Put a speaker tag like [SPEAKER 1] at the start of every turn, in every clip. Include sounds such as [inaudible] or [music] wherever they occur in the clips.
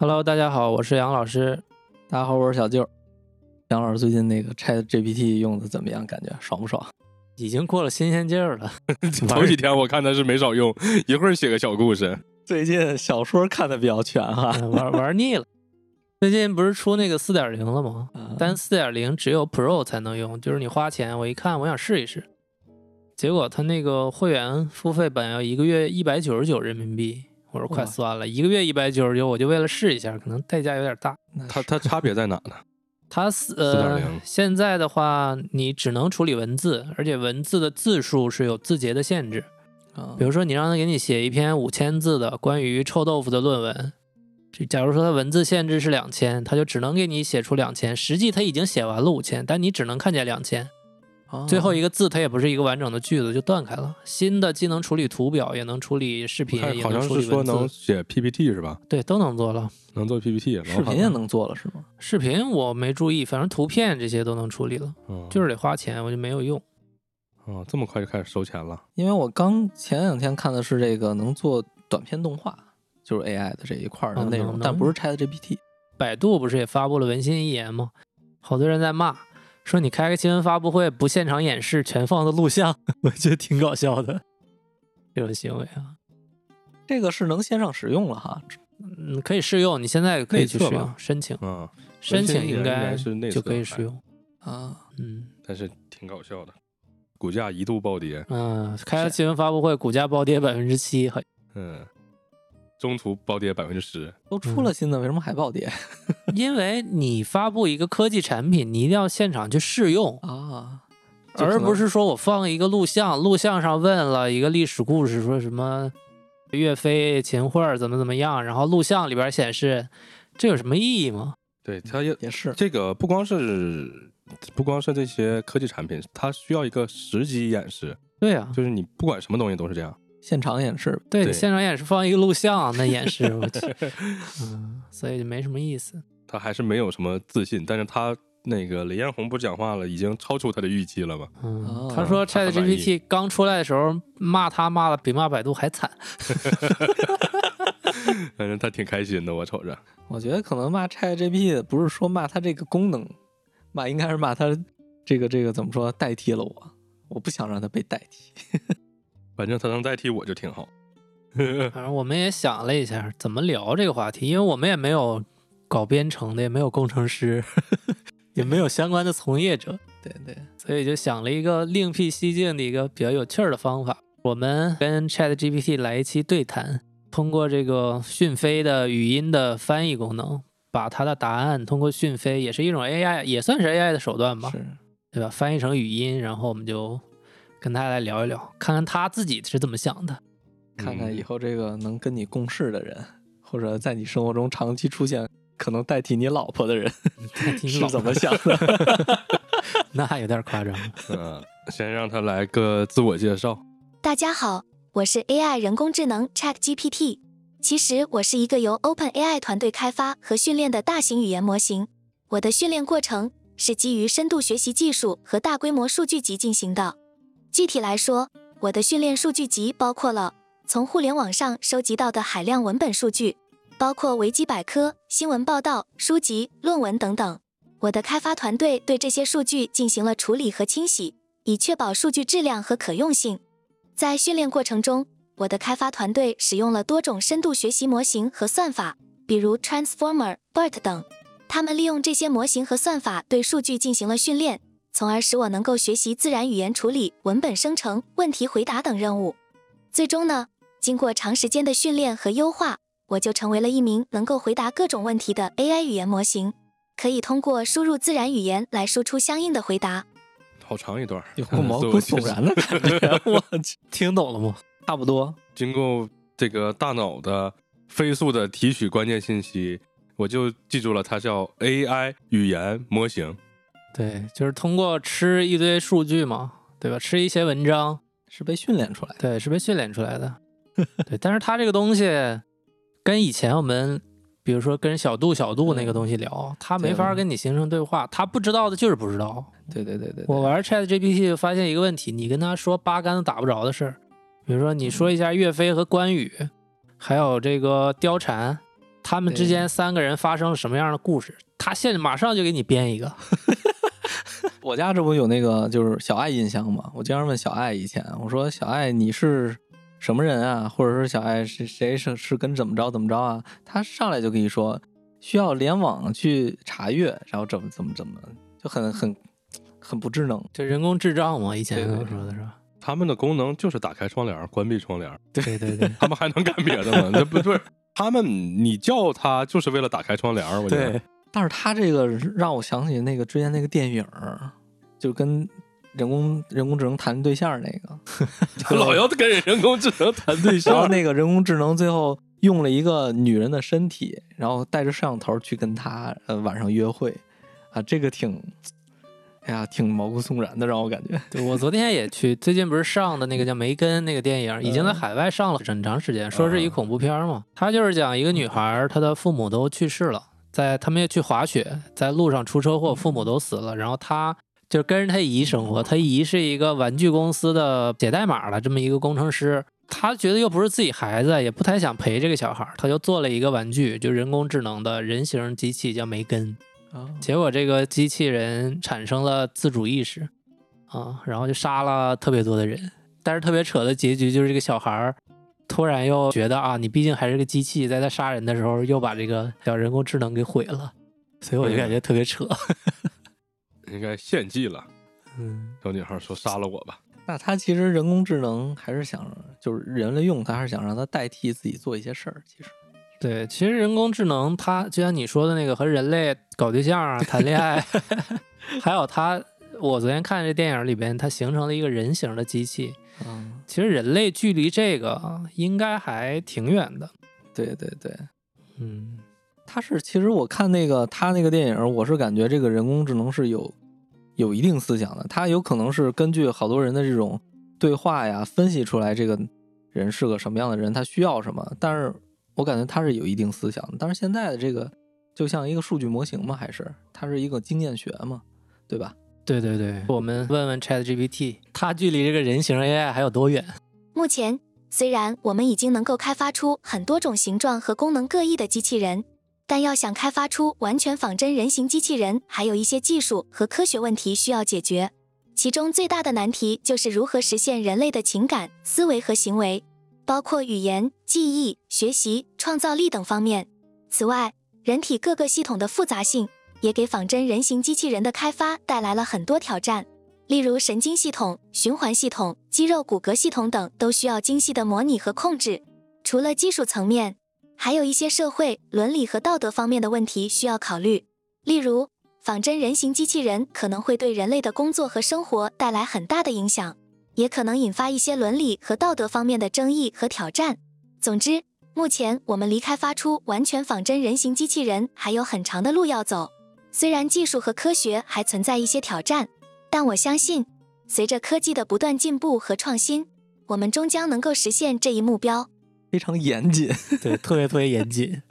[SPEAKER 1] Hello，大家好，我是杨老师。大家好，我是小舅。杨老师最近那个 Chat GPT 用的怎么样？感觉爽不爽？
[SPEAKER 2] 已经过了新鲜劲儿 [laughs] 了。
[SPEAKER 3] 头几天我看他是没少用，一会儿写个小故事。
[SPEAKER 1] 最近小说看的比较全哈。
[SPEAKER 2] 嗯玩玩腻 [laughs] 了。最近不是出那个四点零了吗？但四点零只有 Pro 才能用，就是你花钱，我一看我想试一试，结果他那个会员付费版要一个月一百九十九人民币，我说快
[SPEAKER 1] 哇
[SPEAKER 2] 算了，一个月一百九十九，我就为了试一下，可能代价有点大。
[SPEAKER 3] 它它差别在
[SPEAKER 2] [laughs]
[SPEAKER 3] 哪呢？
[SPEAKER 2] 它四
[SPEAKER 3] 4.0
[SPEAKER 2] 呃，现在的话你只能处理文字，而且文字的字数是有字节的限制。
[SPEAKER 1] 啊
[SPEAKER 2] 比如说，你让他给你写一篇五千字的关于臭豆腐的论文，这假如说他文字限制是两千，他就只能给你写出两千。实际他已经写完了五千，但你只能看见两千。
[SPEAKER 3] 哦
[SPEAKER 2] 最后一个字它也不是一个完整的句子，就断开了。新的既能处理图表，也能处理视频，
[SPEAKER 3] 看
[SPEAKER 2] 也
[SPEAKER 3] 哎好像
[SPEAKER 2] 能处
[SPEAKER 3] 是
[SPEAKER 2] 理
[SPEAKER 3] 说
[SPEAKER 2] 文
[SPEAKER 3] 能
[SPEAKER 2] 字，
[SPEAKER 3] 写 PPT 是吧？
[SPEAKER 2] 对，都能做了。
[SPEAKER 3] 能做 PPT，
[SPEAKER 1] 视频也能做了是吗？
[SPEAKER 2] 视频我没注意，反正图片这些都能处理了，
[SPEAKER 3] 嗯，
[SPEAKER 2] 就是得花钱，我就没有用。
[SPEAKER 3] 哦，这么快就开始收钱了。
[SPEAKER 1] 因为我刚前两天看的是这个能做短片动画，就是 AI 的这一块儿的
[SPEAKER 2] 哦
[SPEAKER 1] 内
[SPEAKER 2] 能
[SPEAKER 1] 容，
[SPEAKER 2] 能
[SPEAKER 1] 但不是 ChatGPT。
[SPEAKER 2] 百度不是也发布了文心一言吗？好多人在骂，说你开个新闻发布会不现场演示，全放的录像， [laughs] 我觉得挺搞笑的。这种行为啊，
[SPEAKER 1] 这个是能线上使用了哈，
[SPEAKER 2] 嗯，可以试用，你现在可以去
[SPEAKER 3] 内测
[SPEAKER 2] 试用
[SPEAKER 3] 吧
[SPEAKER 2] 申请，
[SPEAKER 3] 嗯，
[SPEAKER 2] 申请
[SPEAKER 3] 应
[SPEAKER 2] 该
[SPEAKER 3] 是内测
[SPEAKER 2] 就可以使，用。
[SPEAKER 1] 啊，
[SPEAKER 2] 嗯
[SPEAKER 3] 但是挺搞笑的，股价一度暴跌，
[SPEAKER 2] 嗯，开了新闻发布会，股价暴跌百分之七，还
[SPEAKER 3] 嗯，中途暴跌百分之十。
[SPEAKER 1] 都出了新的，为什么还暴跌
[SPEAKER 2] 因为你发布一个科技产品，你一定要现场去试用，
[SPEAKER 1] [laughs] 啊？就可能
[SPEAKER 2] 而不是说我放一个录像，录像上问了一个历史故事，说什么岳飞、秦桧怎么怎么样，然后录像里边显示，这有什么意义吗？
[SPEAKER 3] 对，它也
[SPEAKER 1] 也是
[SPEAKER 3] 这个不光是不光是这些科技产品，它需要一个实际演示，
[SPEAKER 2] 对啊，
[SPEAKER 3] 就是你不管什么东西都是这样。
[SPEAKER 1] 现场演示，
[SPEAKER 2] 对，
[SPEAKER 3] 对
[SPEAKER 2] 现场演示放一个录像，那演示我去，嗯，所以就没什么意思。
[SPEAKER 3] 他还是没有什么自信，但是他那个雷彦宏不是讲话了，已经超出他的预期了嘛？
[SPEAKER 2] 嗯，
[SPEAKER 1] 哦
[SPEAKER 2] 他说
[SPEAKER 3] 他很满意
[SPEAKER 2] ChatGPT 刚出来的时候骂他骂的比骂百度还惨，
[SPEAKER 3] [laughs] 反正他挺开心的，我瞅着。
[SPEAKER 1] 我觉得可能骂 ChatGPT 的不是说骂它这个功能，骂应该是骂它这个这个怎么说代替了我，我不想让它被代替。
[SPEAKER 3] 反正他能代替我就挺好。 [laughs]
[SPEAKER 2] 反正我们也想了一下怎么聊这个话题，因为我们也没有搞编程的，也没有工程师， [laughs] 也没有相关的从业者，
[SPEAKER 1] 对对，
[SPEAKER 2] 所以就想了一个另辟蹊径的一个比较有趣儿的方法。我们跟 Chat GPT 来一期对谈，通过这个讯飞的语音的翻译功能，把它的答案通过讯飞，也是一种 AI，也算是 AI 的手段吧，
[SPEAKER 1] 是
[SPEAKER 2] 对吧？翻译成语音，然后我们就跟他来聊一聊，看看他自己是怎么
[SPEAKER 1] [laughs]
[SPEAKER 2] 想的。
[SPEAKER 1] 看看以后这个能跟你共事的人，或者在你生活中长期出现可能代替你老婆的人，
[SPEAKER 2] 还挺
[SPEAKER 1] 是
[SPEAKER 2] 老
[SPEAKER 1] 怎
[SPEAKER 2] 的
[SPEAKER 1] 么想的？
[SPEAKER 2] 那有点夸张了。
[SPEAKER 3] 嗯，先让他来个自我介绍。
[SPEAKER 4] 大家好，我是 AI 人工智能 ChatGPT。其实我是一个由 OpenAI 团队开发和训练的大型语言模型。我的训练过程是基于深度学习技术和大规模数据集进行的。具体来说，我的训练数据集包括了从互联网上收集到的海量文本数据，包括维基百科、新闻报道、书籍、论文等等。我的开发团队对这些数据进行了处理和清洗，以确保数据质量和可用性。在训练过程中，我的开发团队使用了多种深度学习模型和算法，比如 Transformer、BERT 等。他们利用这些模型和算法对数据进行了训练，从而使我能够学习自然语言处理、文本生成、问题回答等任务。最终呢，经过长时间的训练和优化，我就成为了一名能够回答各种问题的 AI 语言模型，可以通过输入自然语言来输出相应的回答。
[SPEAKER 3] 好长一段，
[SPEAKER 1] [laughs] [laughs] 有股毛骨悚然的感觉，我 [laughs] 去，
[SPEAKER 2] 听懂了吗？
[SPEAKER 1] 差不多。
[SPEAKER 3] 经过这个大脑的飞速的提取关键信息，我就记住了，它叫 AI 语言模型。
[SPEAKER 2] 对，就是通过吃一堆数据嘛，对吧？吃一些文章，
[SPEAKER 1] 是被训练出来的。
[SPEAKER 2] 对，是被训练出
[SPEAKER 1] [laughs]
[SPEAKER 2] 来的。对，但是它这个东西跟以前我们，比如说跟小度、小度那个东西聊，它没法
[SPEAKER 1] 对
[SPEAKER 2] 跟你形成对话，它不知道的就是不知道。
[SPEAKER 1] 对对对对对，
[SPEAKER 2] 我玩 Chat GPT 就发现一个问题，你跟他说八竿子打不着的事儿，比如说你
[SPEAKER 1] 嗯
[SPEAKER 2] 说一下岳飞和关羽，还有这个貂蝉，他们之
[SPEAKER 1] 对
[SPEAKER 2] 间三个人发生了什么样的故事，他现在马上就给你编一个。
[SPEAKER 1] 我家这不有那个就是小爱音箱吗？我经常问小爱以前，我说小爱你是什么人啊？或者说小爱是谁是是跟怎么着怎么着啊？他上来就跟你说需要联网去查阅，然后怎么怎么怎么，就很很很不智能。
[SPEAKER 2] 这人工智障嘛，以前
[SPEAKER 1] 对
[SPEAKER 2] 跟
[SPEAKER 1] 对
[SPEAKER 2] 我说的是吧？
[SPEAKER 3] 他们的功能就是打开窗帘儿、关闭窗帘儿，
[SPEAKER 2] 对对对，
[SPEAKER 3] 他们还能干别的吗？ [laughs] 那不对，他们你叫他就是为了打开窗帘儿，我觉得。，
[SPEAKER 1] 但是他这个让我想起那个之前那个电影儿，就跟人工人工智能谈对象儿那个，
[SPEAKER 3] 老要跟人工智能谈 [laughs] 对
[SPEAKER 1] 然后
[SPEAKER 3] 象，
[SPEAKER 1] [laughs] 那个人工智能最后用了一个女人的身体，然后带着摄像头去跟她呃晚上约会，啊，这个挺，哎呀，挺毛骨悚然的，让我感觉。
[SPEAKER 2] [laughs] 对我昨天也去，最近不是上的那个叫《梅根》那个电影，已经在海外上了很长时间，说是一恐怖片嘛。它就是讲一个女孩儿，她的父母都去世了，在他们要去滑雪，在路上出车祸，父母都死了，然后她。就跟着她姨生活，她姨是一个玩具公司的写代码的这么一个工程师，她觉得又不是自己孩子，也不太想陪这个小孩儿，她就做了一个玩具，就人工智能的人形机器，叫梅根。
[SPEAKER 1] 啊，
[SPEAKER 2] 结果这个机器人产生了自主意识，啊，然后就杀了特别多的人。但是特别扯的结局就是这个小孩儿突然又觉得啊，你毕竟还是个机器，在他杀人的时候又把这个小人工智能给毁了，所以我就感觉特别扯。
[SPEAKER 3] 应该献祭了。
[SPEAKER 2] [laughs] 嗯，
[SPEAKER 3] 小女孩说：“杀了我吧
[SPEAKER 1] 那它其实人工智能还是想，就是人类用它，还是想让它代替自己做一些事儿。其实，
[SPEAKER 2] 对，其实人工智能它就像你说的那个和人类搞对象啊、谈恋爱， [laughs] 还有它，我昨天看这电影里边，它形成了一个人形的机器，
[SPEAKER 3] 啊
[SPEAKER 1] 嗯，
[SPEAKER 2] 其实人类距离这个啊应该还挺远的。
[SPEAKER 1] 对对对，
[SPEAKER 2] 嗯，
[SPEAKER 1] 它是其实我看那个它那个电影，我是感觉这个人工智能是有有一定思想的，它有可能是根据好多人的这种对话呀，分析出来这个人是个什么样的人，他需要什么。但是我感觉它是有一定思想的，但是现在的这个就像一个数据模型嘛，还是它是一个经验学嘛，对吧？
[SPEAKER 2] 对对对，我们问问 Chat GPT，它距离这个人形 AI 还有多 [laughs] 远？
[SPEAKER 4] 目前，虽然我们已经能够开发出很多种形状和功能各异的机器人，但要想开发出完全仿真人形机器人，还有一些技术和科学问题需要解决。其中最大的难题就是如何实现人类的情感、思维和行为，包括语言、记忆、学习、创造力等方面。此外，人体各个系统的复杂性也给仿真人形机器人的开发带来了很多挑战。例如神经系统、循环系统、肌肉骨骼系统等，都需要精细的模拟和控制。除了技术层面，还有一些社会、伦理和道德方面的问题需要考虑。例如，仿真人形机器人可能会对人类的工作和生活带来很大的影响，也可能引发一些伦理和道德方面的争议和挑战。总之，目前我们离开发出完全仿真人形机器人还有很长的路要走。虽然技术和科学还存在一些挑战，但我相信，随着科技的不断进步和创新，我们终将能够实现这一目标。
[SPEAKER 1] 非常严谨， [laughs]
[SPEAKER 2] 对，特别特别严谨。！”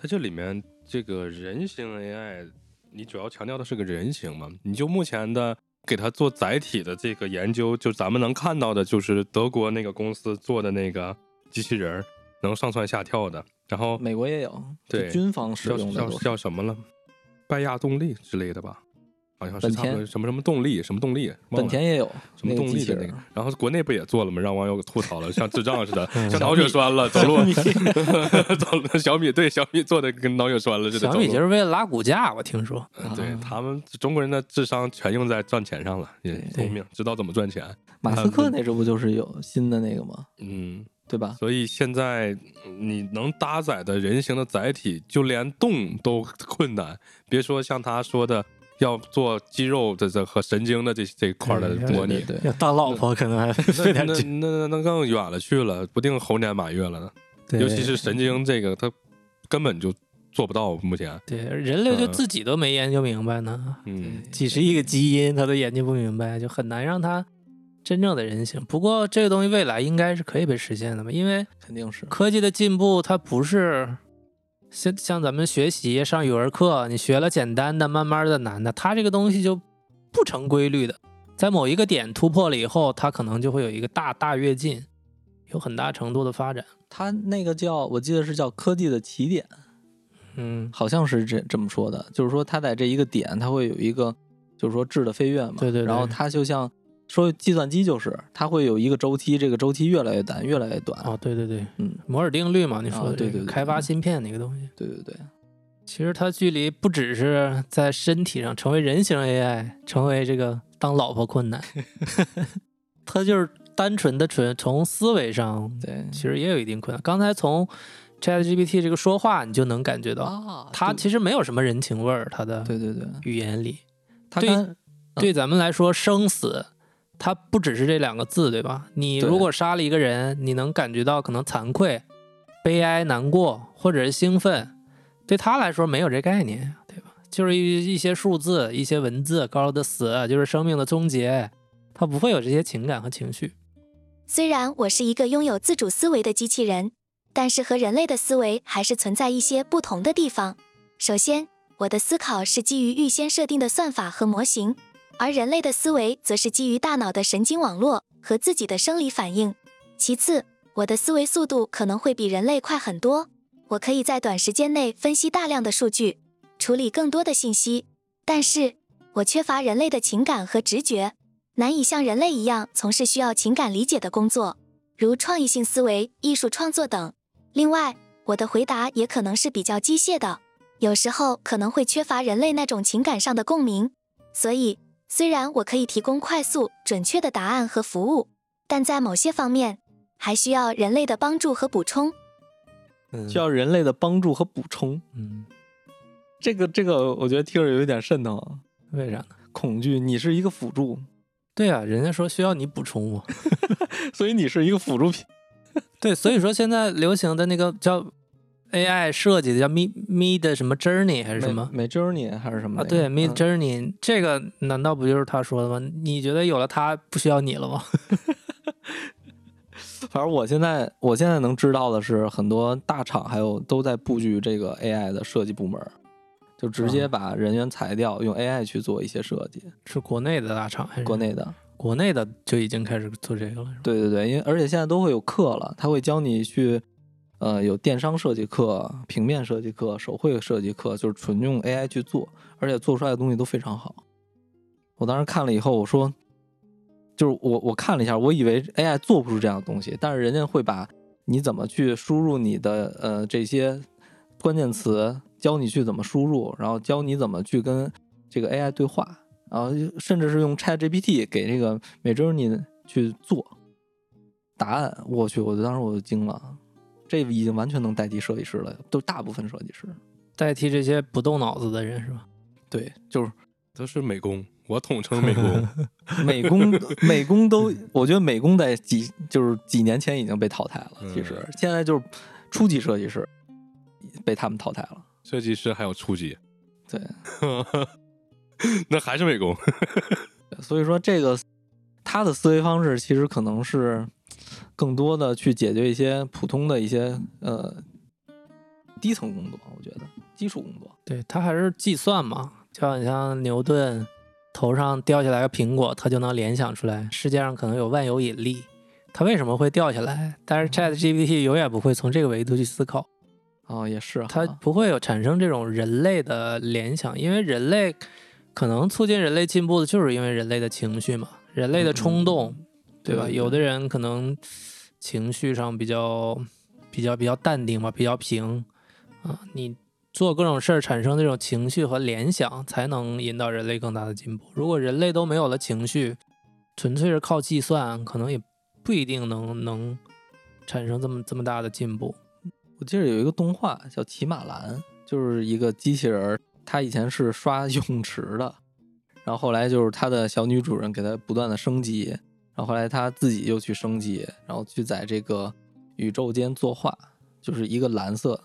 [SPEAKER 3] 它这里面这个人形 AI，你主要强调的是个人形嘛？你就目前的给它做载体的这个研究，就咱们能看到的，就是德国那个公司做的那个机器人儿，能上蹿下跳的，然后
[SPEAKER 1] 美国也有，
[SPEAKER 3] 对
[SPEAKER 1] 就军方使
[SPEAKER 3] 叫
[SPEAKER 1] 用的
[SPEAKER 3] 叫
[SPEAKER 1] 都是
[SPEAKER 3] 叫什么了？拜亚动力之类的吧？好像是
[SPEAKER 1] 本
[SPEAKER 3] 他们
[SPEAKER 1] 田
[SPEAKER 3] 什么什么动力，什么动力？忘
[SPEAKER 1] 本
[SPEAKER 3] 了
[SPEAKER 1] 田也有
[SPEAKER 3] 什么动
[SPEAKER 1] 机
[SPEAKER 3] 力
[SPEAKER 1] 器
[SPEAKER 3] 的
[SPEAKER 1] 人
[SPEAKER 3] 那个，然后国内不也做了吗？让网友给吐槽了，像智障似的，像
[SPEAKER 2] 嗯小
[SPEAKER 3] 脑血
[SPEAKER 2] 米
[SPEAKER 3] 栓了，走路 [laughs] 走路小米对小米做的跟脑血栓了似的。
[SPEAKER 2] 小
[SPEAKER 3] 走
[SPEAKER 2] 米
[SPEAKER 3] 路
[SPEAKER 2] 就是为了拉骨架，我听说。
[SPEAKER 3] 对
[SPEAKER 1] 啊
[SPEAKER 3] 他们中国人的智商全用在赚钱上了，也
[SPEAKER 2] 对
[SPEAKER 3] 聪明，知道怎么赚钱。
[SPEAKER 1] 马斯克那这不就是有新的那个吗？
[SPEAKER 3] 嗯，
[SPEAKER 1] 对吧？
[SPEAKER 3] 所以现在嗯你能搭载的人形的载体，就连动都困难，别说像他说的要做肌肉的这和神经的这这块儿的
[SPEAKER 2] 嗯
[SPEAKER 3] 模拟。
[SPEAKER 1] 对对
[SPEAKER 2] 要当老婆可能还
[SPEAKER 3] [laughs]
[SPEAKER 2] 费 [laughs]
[SPEAKER 3] 那那那那更远了去了，不定猴年马月了呢。
[SPEAKER 2] 对
[SPEAKER 3] 尤其是神经这个，它根本就做不到，目前。
[SPEAKER 2] 对，人类对
[SPEAKER 3] 嗯
[SPEAKER 2] 自己都没研究明白呢，
[SPEAKER 3] 嗯，
[SPEAKER 2] 几十亿个基因他都研究不明白，就很难让它真正的人性。不过这个东西未来应该是可以被实现的嘛，因为
[SPEAKER 1] 肯定是
[SPEAKER 2] 科技的进步，它不是像像咱们学习上语文课，你学了简单的，慢慢的难的，它这个东西就不成规律的，在某一个点突破了以后，它可能就会有一个大大跃进，有很大程度的发展。
[SPEAKER 1] 他那个叫，我记得是叫科技的起点，
[SPEAKER 2] 嗯，
[SPEAKER 1] 好像是这这么说的，就是说它在这一个点，它会有一个，就是说质的飞跃嘛。
[SPEAKER 2] 对对对
[SPEAKER 1] 然后它就像说计算机就是，它会有一个周期，这个周期越来越短，越来越短。
[SPEAKER 2] 哦，对对对，
[SPEAKER 1] 嗯，
[SPEAKER 2] 摩尔定律嘛，你说的、
[SPEAKER 1] 啊对对对
[SPEAKER 2] 开发芯片那个东西，
[SPEAKER 1] 对对对，
[SPEAKER 2] 其实它距离不只是在身体上成为人形 AI，成为这个当老婆
[SPEAKER 1] [laughs]
[SPEAKER 2] 困难，它就是单纯的纯从思维上
[SPEAKER 1] 对。
[SPEAKER 2] 其实也有一定困难。刚才从 ChatGPT 这个说话，你就能感觉到，
[SPEAKER 1] 啊
[SPEAKER 2] 它
[SPEAKER 1] 对
[SPEAKER 2] 其实没有什么人情味儿，它的
[SPEAKER 1] 对对嗯对，
[SPEAKER 2] 语言里。
[SPEAKER 1] 它
[SPEAKER 2] 对
[SPEAKER 1] 跟
[SPEAKER 2] 对咱们来说，生死它不只是这两个字，对吧？你
[SPEAKER 1] 对
[SPEAKER 2] 如果杀了一个人，你能感觉到可能惭愧、悲哀、难过，或者是兴奋，对他来说没有这概念，对吧？就是一一些数字、一些文字，告诉的死啊就是生命的终结，他不会有这些情感和情绪。
[SPEAKER 4] 虽然我是一个拥有自主思维的机器人，但是和人类的思维还是存在一些不同的地方。首先，我的思考是基于预先设定的算法和模型，而人类的思维则是基于大脑的神经网络和自己的生理反应。其次，我的思维速度可能会比人类快很多，我可以在短时间内分析大量的数据，处理更多的信息。但是，我缺乏人类的情感和直觉，难以像人类一样从事需要情感理解的工作，如创意性思维、艺术创作等。另外，我的回答也可能是比较机械的，有时候可能会缺乏人类那种情感上的共鸣。所以，虽然我可以提供快速、准确的答案和服务，但在某些方面还需要人类的帮助和补充。
[SPEAKER 2] 嗯
[SPEAKER 1] 需要人类的帮助和补充。
[SPEAKER 2] 嗯，
[SPEAKER 1] 这个这个，我觉得听着有一点瘆得慌，
[SPEAKER 2] 为啥呢？
[SPEAKER 1] 恐惧。你是一个辅助，
[SPEAKER 2] 对啊，人家说需要你补充我。
[SPEAKER 1] 所以你是一个辅助品。
[SPEAKER 2] 对，所以说现在流行的那个叫 AI 设计的叫 Mid Mid 什么 Journey 还是什么
[SPEAKER 1] 美 Journey 还是什么
[SPEAKER 2] 啊？
[SPEAKER 1] 那个
[SPEAKER 2] 对，Mid Journey、这个难道不就是他说的吗？你觉得有了它不需要你了吗？ [laughs]
[SPEAKER 1] 反正我现在我现在能知道的是，很多大厂还有都在布局这个 AI 的设计部门儿，就直接把人员裁掉，用 AI 去做一些设计。
[SPEAKER 2] 是国内的大厂还是
[SPEAKER 1] 国内的，
[SPEAKER 2] 国内的就已经开始做这个了？是吧
[SPEAKER 1] 对对对，因为而且现在都会有课了，他会教你去，呃，有电商设计课、平面设计课、手绘设计课，就是纯用 AI 去做，而且做出来的东西都非常好。我当时看了以后，我说，就是我我看了一下，我以为 AI 做不出这样的东西，但是人家会把你怎么去输入你的呃这些关键词，教你去怎么输入，然后教你怎么去跟这个 AI 对话，然后甚至是用 ChatGPT 给这个 Midjourney 去做答案。我去，我当时我就惊了，这已经完全能代替设计师了，都大部分设计师。
[SPEAKER 2] 代替这些不动脑子的人是吧？
[SPEAKER 1] 对，就是
[SPEAKER 3] 都是美工，我统称美工。
[SPEAKER 1] [laughs] 美工，美工都，我觉得美工在几就是几年前已经被淘汰了。其实
[SPEAKER 3] 嗯
[SPEAKER 1] 现在就是初级设计师被他们淘汰了。
[SPEAKER 3] 设计师还有初级，
[SPEAKER 1] 对，
[SPEAKER 3] [laughs] 那还是美工。 [laughs]
[SPEAKER 1] 所以说这个他的思维方式其实可能是更多的去解决一些普通的一些呃低层工作，我觉得基础工作。
[SPEAKER 2] 对，它还是计算嘛，就好像牛顿头上掉下来个苹果，他就能联想出来世界上可能有万有引力，它为什么会掉下来？但
[SPEAKER 1] 嗯
[SPEAKER 2] 是 Chat GPT 永远不会从这个维度去思考，
[SPEAKER 1] 哦，也是哈，
[SPEAKER 2] 它不会有产生这种人类的联想，因为人类可能促进人类进步的就是因为人类的情绪嘛，人类的冲动，对吧？
[SPEAKER 1] 嗯对对
[SPEAKER 2] 有的人可能情绪上比较比较比较淡定吧，比较平啊、你做各种事儿产生这种情绪和联想，才能引导人类更大的进步。如果人类都没有了情绪，纯粹是靠计算，可能也不一定能能产生这么这么大的进步。
[SPEAKER 1] 我记得有一个动画叫《骑马兰》，就是一个机器人儿，他以前是刷 [laughs] 游泳池的，然后后来就是他的小女主人给他不断的升级，然后后来他自己又去升级，然后去在这个宇宙间作画，就是一个蓝色，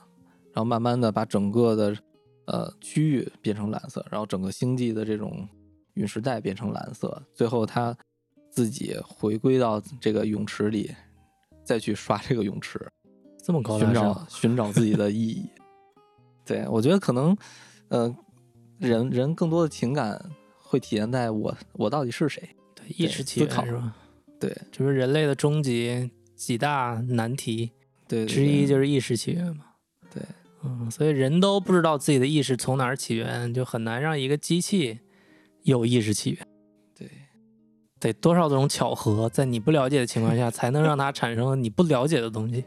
[SPEAKER 1] 然后慢慢的把整个的呃区域变成蓝色，然后整个星际的这种陨石带变成蓝色，最后它自己回归到这个泳池里，再去刷这个泳池，
[SPEAKER 2] 这么高大
[SPEAKER 1] 寻
[SPEAKER 2] 上
[SPEAKER 1] 找，寻找自己的意义。对我觉得可能，呃，人人更多的情感会体现在我我到底是谁。
[SPEAKER 2] 对，意识起
[SPEAKER 1] 思
[SPEAKER 2] 源
[SPEAKER 1] 考
[SPEAKER 2] 是吧？
[SPEAKER 1] 对
[SPEAKER 2] 这不是人类的终极几大难题
[SPEAKER 1] 对
[SPEAKER 2] 之一，就是是意识起源嘛。
[SPEAKER 1] 对，
[SPEAKER 2] 嗯，所以人都不知道自己的意识从哪儿起源，就很难让一个机器有意识起源。
[SPEAKER 1] 对
[SPEAKER 2] 得多少种巧合，在你不了解的情况下，才能让它产生你不了解的东西。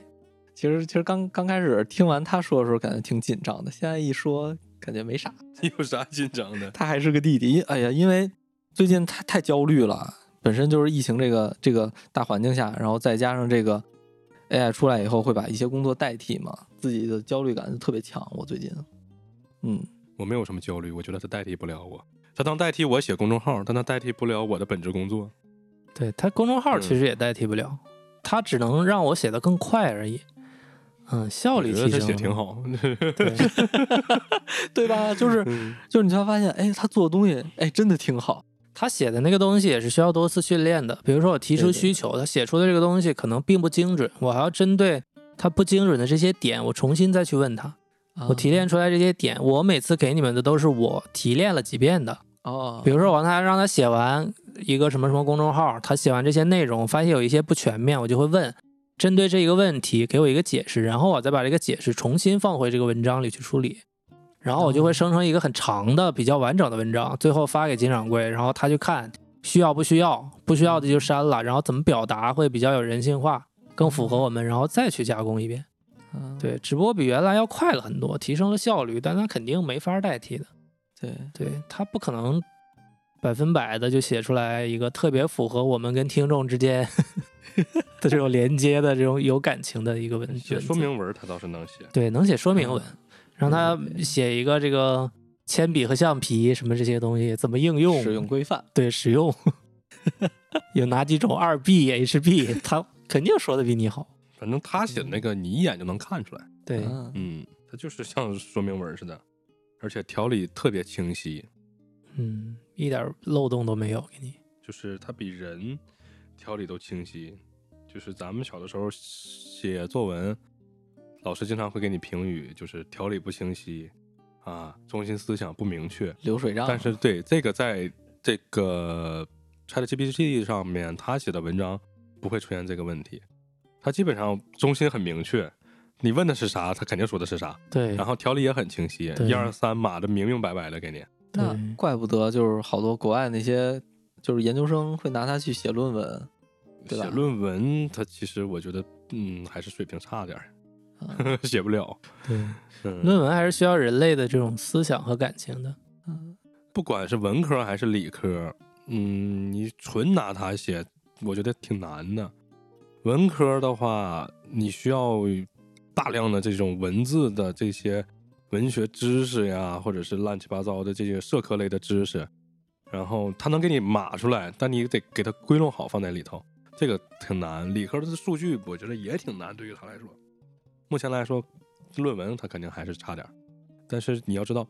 [SPEAKER 1] 其实其实刚刚开始听完他说的时候，感觉挺紧张的。现在一说，感觉没啥。
[SPEAKER 3] 有啥紧张的？
[SPEAKER 1] 他还是个弟弟，因哎呀，因为最近太太焦虑了，本身就是疫情这个这个大环境下，然后再加上这个 AI 出来以后会把一些工作代替嘛，自己的焦虑感就特别强。我最近，嗯，
[SPEAKER 3] 我没有什么焦虑，我觉得他代替不了我。他能代替我写公众号，但他代替不了我的本职工作。
[SPEAKER 2] 对它公众号其实也代替不了，它只能让我写的更快而已。嗯，效
[SPEAKER 3] 我
[SPEAKER 2] 率
[SPEAKER 3] 觉
[SPEAKER 2] 提
[SPEAKER 3] 得
[SPEAKER 2] 升
[SPEAKER 3] 他写
[SPEAKER 2] 了
[SPEAKER 3] 挺好，
[SPEAKER 1] 对吧？就是就是，你才发现，哎，他做的东西，哎，真的挺好。
[SPEAKER 2] 他写的那个东西也是需要多次训练的。比如说我提出
[SPEAKER 1] 对对
[SPEAKER 2] 需求，他写出的这个东西可能并不精准，我还要针对他不精准的这些点，我重新再去问他。
[SPEAKER 1] 啊
[SPEAKER 2] 我提炼出来这些点，我每次给你们的都是我提炼了几遍的。
[SPEAKER 1] 哦，
[SPEAKER 2] 比如说我让他让他写完一个什么什么公众号，他写完这些内容，发现有一些不全面，我就会问，针对这一个问题给我一个解释，然后我再把这个解释重新放回这个文章里去处理，然后我就会生成一个很长的、比较完整的文章，最后发给金掌柜，然后他去看需要不需要，不需要的就删了，然后怎么表达会比较有人性化，更符合我们，然后再去加工一遍。
[SPEAKER 1] 嗯
[SPEAKER 2] 对，只不过比原来要快了很多，提升了效率，但它肯定没法代替的。
[SPEAKER 1] 对
[SPEAKER 2] 对他不可能百分百的就写出来一个特别符合我们跟听众之间 [laughs] 的这种连接的这种有感情的一个文
[SPEAKER 3] 写
[SPEAKER 2] 文字
[SPEAKER 3] 说明嗯文他倒是能写。
[SPEAKER 2] 对，能写说明文，让他
[SPEAKER 3] 嗯
[SPEAKER 1] 对对对
[SPEAKER 2] 写一个这个铅笔和橡皮什么这些东西怎么应用，
[SPEAKER 1] 使用规范，
[SPEAKER 2] 对使用 [laughs] 有哪几种二 B、HB，他
[SPEAKER 3] [laughs]
[SPEAKER 2] 肯定说的比你好。
[SPEAKER 3] 反正他写的那个，你一眼就能看出来。
[SPEAKER 2] 对，
[SPEAKER 1] 嗯
[SPEAKER 3] 嗯，他就是像说明文似的，而且条理特别清晰，
[SPEAKER 2] 嗯，一点漏洞都没有给你。
[SPEAKER 3] 就是他比人条理都清晰。就是咱们小的时候写作文，老师经常会给你评语，就是条理不清晰啊，中心思想不明确。
[SPEAKER 1] 流水
[SPEAKER 2] 啊
[SPEAKER 1] 账。
[SPEAKER 3] 但是对这个，在这个 ChatGPT 上面，他写的文章不会出现这个问题。他基本上中心很明确，你问的是啥，他肯定说的是啥，
[SPEAKER 2] 对
[SPEAKER 3] 然，后条理也很清晰，
[SPEAKER 2] 对
[SPEAKER 3] 一二三码的明明白白的给你。
[SPEAKER 1] 那
[SPEAKER 2] 对
[SPEAKER 1] 怪不得就是好多国外那些就是研究生会拿它去写论文，
[SPEAKER 2] 啊
[SPEAKER 1] 对吧
[SPEAKER 3] 写论文，他其实我觉得，嗯，还是水平差点儿， [laughs]
[SPEAKER 1] 嗯
[SPEAKER 3] 写不了。
[SPEAKER 2] 对，
[SPEAKER 3] 嗯，
[SPEAKER 2] 论文还是需要人类的这种思想和感情的。
[SPEAKER 1] 嗯
[SPEAKER 3] 不管是文科还是理科，嗯，你纯拿它写，我觉得挺难的。文科的话，你需要大量的这种文字的这些文学知识呀，或者是乱七八糟的这些社科类的知识，然后它能给你码出来，但你得给它归拢好放在里头，这个挺难。理科的数据，我觉得也挺难，对于他来说，目前来说，论文它肯定还是差点儿。但是你要知道，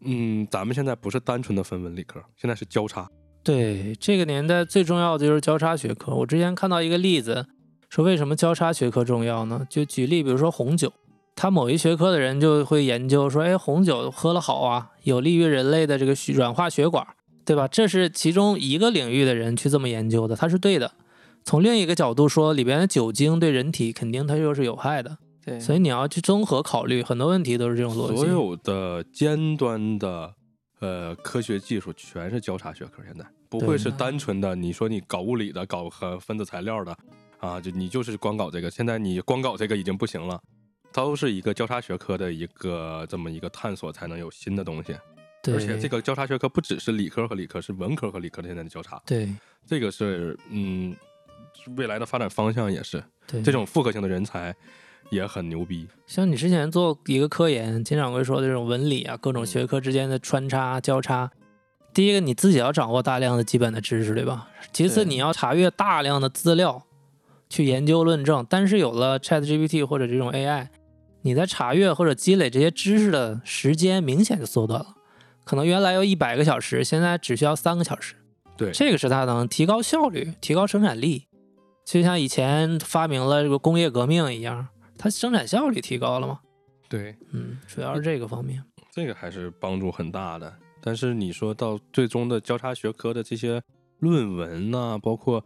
[SPEAKER 3] 嗯，咱们现在不是单纯的分文理科，现在是交叉。
[SPEAKER 2] 对，这个年代最重要的就是交叉学科。我之前看到一个例子，说为什么交叉学科重要呢？就举例，比如说红酒，他某一学科的人就会研究说，哎，红酒喝了好啊，有利于人类的这个血软化血管，对吧？这是其中一个领域的人去这么研究的，它是对的。从另一个角度说，里边的酒精对人体肯定它又是有害的，
[SPEAKER 1] [laughs] 对，
[SPEAKER 2] 所以你要去综合考虑，很多问题都是这种逻辑。
[SPEAKER 3] 所有的尖端的呃科学技术全是交叉学科，现在不
[SPEAKER 2] 对啊
[SPEAKER 3] 会是单纯的。你说你搞物理的，搞和分子材料的啊，就你就是光搞这个。现在你光搞这个已经不行了，都是一个交叉学科的一个这么一个探索，才能有新的东西。
[SPEAKER 2] 对
[SPEAKER 3] 而且这个交叉学科不只是理科和理科，是文科和理科的现在的交叉。
[SPEAKER 2] 对
[SPEAKER 3] 这个是嗯，未来的发展方向也是
[SPEAKER 2] 对
[SPEAKER 3] 这种复合型的人才也很牛逼。
[SPEAKER 2] 像你之前做一个科研，金掌柜说的这种文理啊，各种
[SPEAKER 3] 嗯
[SPEAKER 2] 学科之间的穿插交叉。第一个，你自己要掌握大量的基本的知识，对吧？其次，
[SPEAKER 1] 对
[SPEAKER 2] 你要查阅大量的资料去研究论证。但是有了 Chat GPT 或者这种 AI，你在查阅或者积累这些知识的时间明显就缩短了，可能原来要一百个小时，现在只需要三个小时。
[SPEAKER 3] 对
[SPEAKER 2] 这个是它能提高效率、提高生产力，就像以前发明了这个工业革命一样，它生产效率提高了嘛。
[SPEAKER 3] 对，
[SPEAKER 2] 嗯，主要是这个方面。
[SPEAKER 3] 这个还是帮助很大的。但是你说到最终的交叉学科的这些论文呐、包括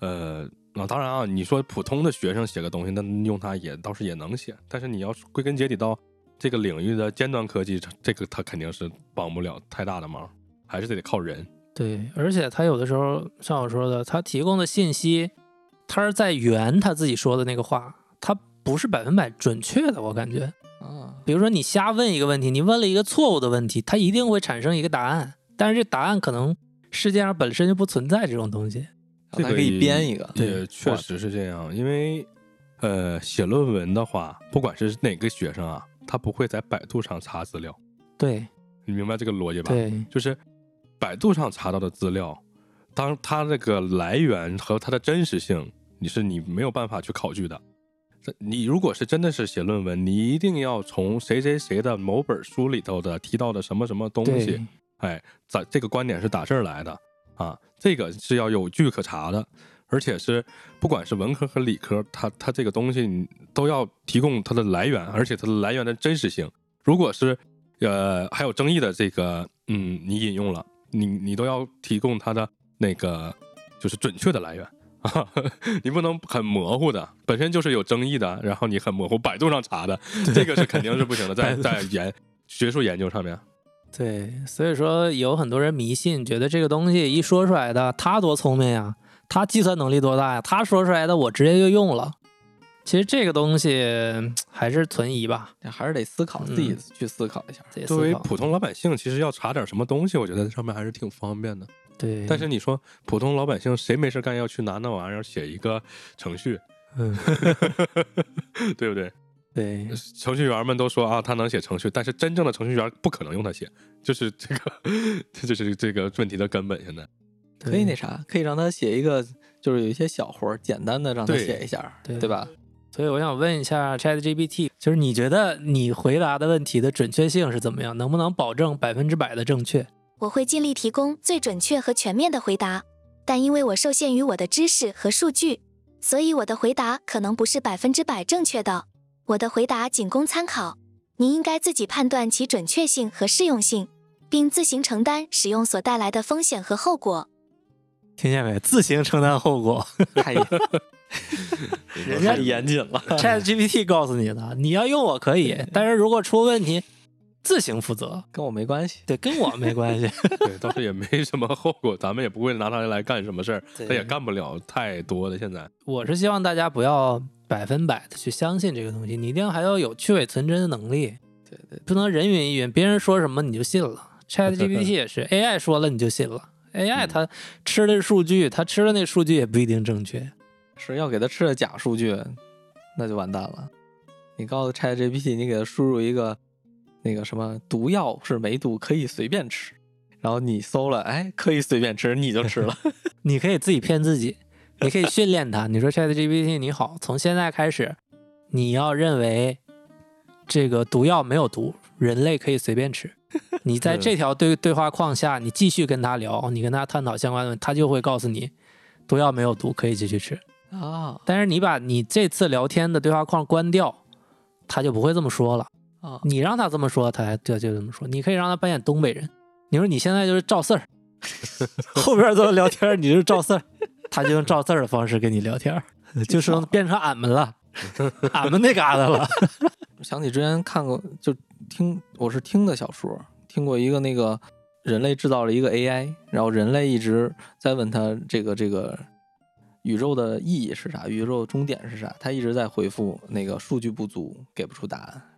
[SPEAKER 3] 呃，啊，当然啊，你说普通的学生写个东西，那用它也倒是也能写。但是你要是归根结底到这个领域的尖端科技，这个它肯定是帮不了太大的忙，还是得靠人。
[SPEAKER 2] 对，而且他有的时候像我说的，他提供的信息，他是在圆他自己说的那个话，他不是百分百准确的。我感觉，
[SPEAKER 1] 啊，
[SPEAKER 2] 比如说你瞎问一个问题，你问了一个错误的问题，它一定会产生一个答案，但是这答案可能世界上本身就不存在这种东西。
[SPEAKER 3] 这
[SPEAKER 1] 还
[SPEAKER 3] 个
[SPEAKER 1] 可以
[SPEAKER 3] 也
[SPEAKER 1] 编一个，
[SPEAKER 3] 也确实是这样，因为呃，写论文的话，不管是哪个学生啊，他不会在百度上查资料，
[SPEAKER 2] 对
[SPEAKER 3] 你明白这个逻辑吧？
[SPEAKER 2] 对，
[SPEAKER 3] 就是百度上查到的资料，当它这个来源和它的真实性，你是你没有办法去考据的。这你如果是真的是写论文，你一定要从谁谁谁的某本书里头的提到的什么什么东西
[SPEAKER 2] 对，
[SPEAKER 3] 哎，咱这个观点是打这儿来的啊，这个是要有据可查的，而且是不管是文科和理科，它它这个东西你都要提供它的来源，而且它的来源的真实性。如果是呃还有争议的这个，嗯，你引用了，你你都要提供它的那个就是准确的来源。 [laughs] 啊，你不能很模糊的，本身就是有争议的，然后你很模糊，百度上查的，这个是肯定是不
[SPEAKER 2] [laughs]
[SPEAKER 3] 行的，在在研学术研究上面，
[SPEAKER 2] 对，所以说有很多人迷信，觉得这个东西一说出来的，他多聪明呀，他计算能力多大呀，他说出来的我直接就用了。其实这个东西嗯还是存疑吧，
[SPEAKER 1] 这还是得思考，自己去思考一下。
[SPEAKER 2] 得
[SPEAKER 3] 作
[SPEAKER 2] 思
[SPEAKER 3] 为
[SPEAKER 2] 考。
[SPEAKER 3] 普通老百姓，其实要查点什么东西，我觉得这上面还是挺方便的。
[SPEAKER 2] 对，
[SPEAKER 3] 但是你说普通老百姓谁没事干要去拿那玩意儿写一个程序，
[SPEAKER 2] 嗯，
[SPEAKER 3] [laughs] 对不对？
[SPEAKER 2] 对，
[SPEAKER 3] 程序员们都说啊，他能写程序，但是真正的程序员不可能用它写，就是这个， [laughs] 这就是这个问题的根本。现在
[SPEAKER 1] 可以那啥，可以让他写一个，就是有一些小活儿，简单的让他
[SPEAKER 3] 对
[SPEAKER 1] 写一下，
[SPEAKER 2] 对
[SPEAKER 1] 对吧？
[SPEAKER 2] 所以我想问一下 ChatGPT，就是你觉得你回答的问题的准确性是怎么样？能不能保证百分之百的正确？
[SPEAKER 4] 我会尽力提供最准确和全面的回答，但因为我受限于我的知识和数据，所以我的回答可能不是百分之百正确的。我的回答仅供参考，您应该自己判断其准确性和适用性，并自行承担使用所带来的风险和后果。
[SPEAKER 2] [laughs] 听见没？自行承担后果。
[SPEAKER 1] [laughs]
[SPEAKER 2] [laughs]
[SPEAKER 1] 太
[SPEAKER 3] 人
[SPEAKER 2] 家
[SPEAKER 1] 严谨了，
[SPEAKER 2] ChatGPT 告诉你的，你要用我可以，但是如果出问题，自行负责，
[SPEAKER 1] 跟我没关系。
[SPEAKER 2] 对，跟我没关系。
[SPEAKER 3] 对，倒是也没什么后果，咱们也不会拿它来干什么事儿，
[SPEAKER 2] [laughs] 对
[SPEAKER 3] 它也干不了太多的。现在
[SPEAKER 2] 我是希望大家不要百分百的去相信这个东西，你一定还要有去伪存真的能力，
[SPEAKER 1] 对对，
[SPEAKER 2] 不能人云亦云，别人说什么你就
[SPEAKER 1] [laughs]
[SPEAKER 2] 信了。ChatGPT 也是 AI 说了你就信了，AI
[SPEAKER 3] 嗯
[SPEAKER 2] 它吃的是数据，它吃的那数据也不一定正确。
[SPEAKER 1] 是要给他吃了假数据，那就完蛋了。你告诉 ChatGPT，你给他输入一个那个什么毒药是梅毒，可以随便吃，然后你搜了，哎，可以随便吃，你就吃了。
[SPEAKER 2] 你可以自己骗自己，你可以训练它。你说 ChatGPT 你好，从现在开始，你要认为这个毒药没有毒，人类可以随便吃。你在这条对对话框下，你继续跟他聊，你跟他探讨相关的问题，他就会告诉你毒药没有毒，可以继续吃。
[SPEAKER 1] 啊
[SPEAKER 2] 但是你把你这次聊天的对话框关掉，他就不会这么说了。
[SPEAKER 1] 啊，
[SPEAKER 2] 你让他这么说，他还对就这么说。你可以让他扮演东北人，你说你现在就是赵四儿， [laughs] 后边咱们聊天你就是赵四儿， [laughs] 他就用赵四儿的方式跟你聊 [laughs] 天儿，就是变成俺们 [laughs] 了，俺们那嘎达了。
[SPEAKER 1] 想起之前看过，就听我是听的小说，听过一个那个人类制造了一个 AI，然后人类一直在问他这个这个宇宙的意义是啥，宇宙的终点是啥，他一直在回复那个数据不足，给不出答案。
[SPEAKER 2] [laughs]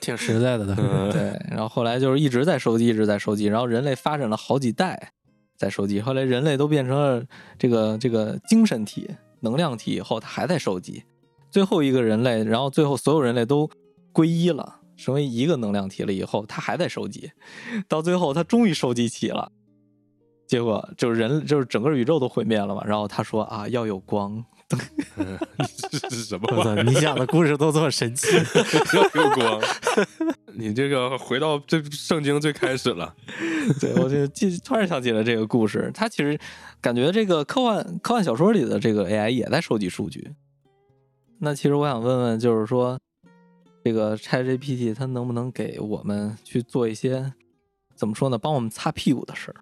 [SPEAKER 2] 挺实在的， [laughs]
[SPEAKER 3] 嗯
[SPEAKER 1] 对， [laughs] 然后后来就是一直在收集，一直在收集，然后人类发展了好几代在收集，后来人类都变成了这个这个精神体、能量体以后，他还在收集，最后一个人类，然后最后所有人类都归一了，成为一个能量体了以后，他还在收集，到最后他终于收集齐了。结果就是人，就是整个宇宙都毁灭了嘛。然后他说啊，要有光，
[SPEAKER 3] [laughs] 这是什么
[SPEAKER 5] 我
[SPEAKER 2] [laughs]
[SPEAKER 3] 玩意
[SPEAKER 5] 操，你讲的故事都这么神奇，
[SPEAKER 3] 儿？又光， [laughs] 你这个回到这圣经最开始了，
[SPEAKER 1] [laughs] 对，我就记突然想起了这个故事，它其实感觉这个科幻科幻小说里的这个 AI 也在收集数据。那其实我想问问，就是说这个 ChatGPT 它能不能给我们去做一些怎么说呢，帮我们擦屁股的事儿？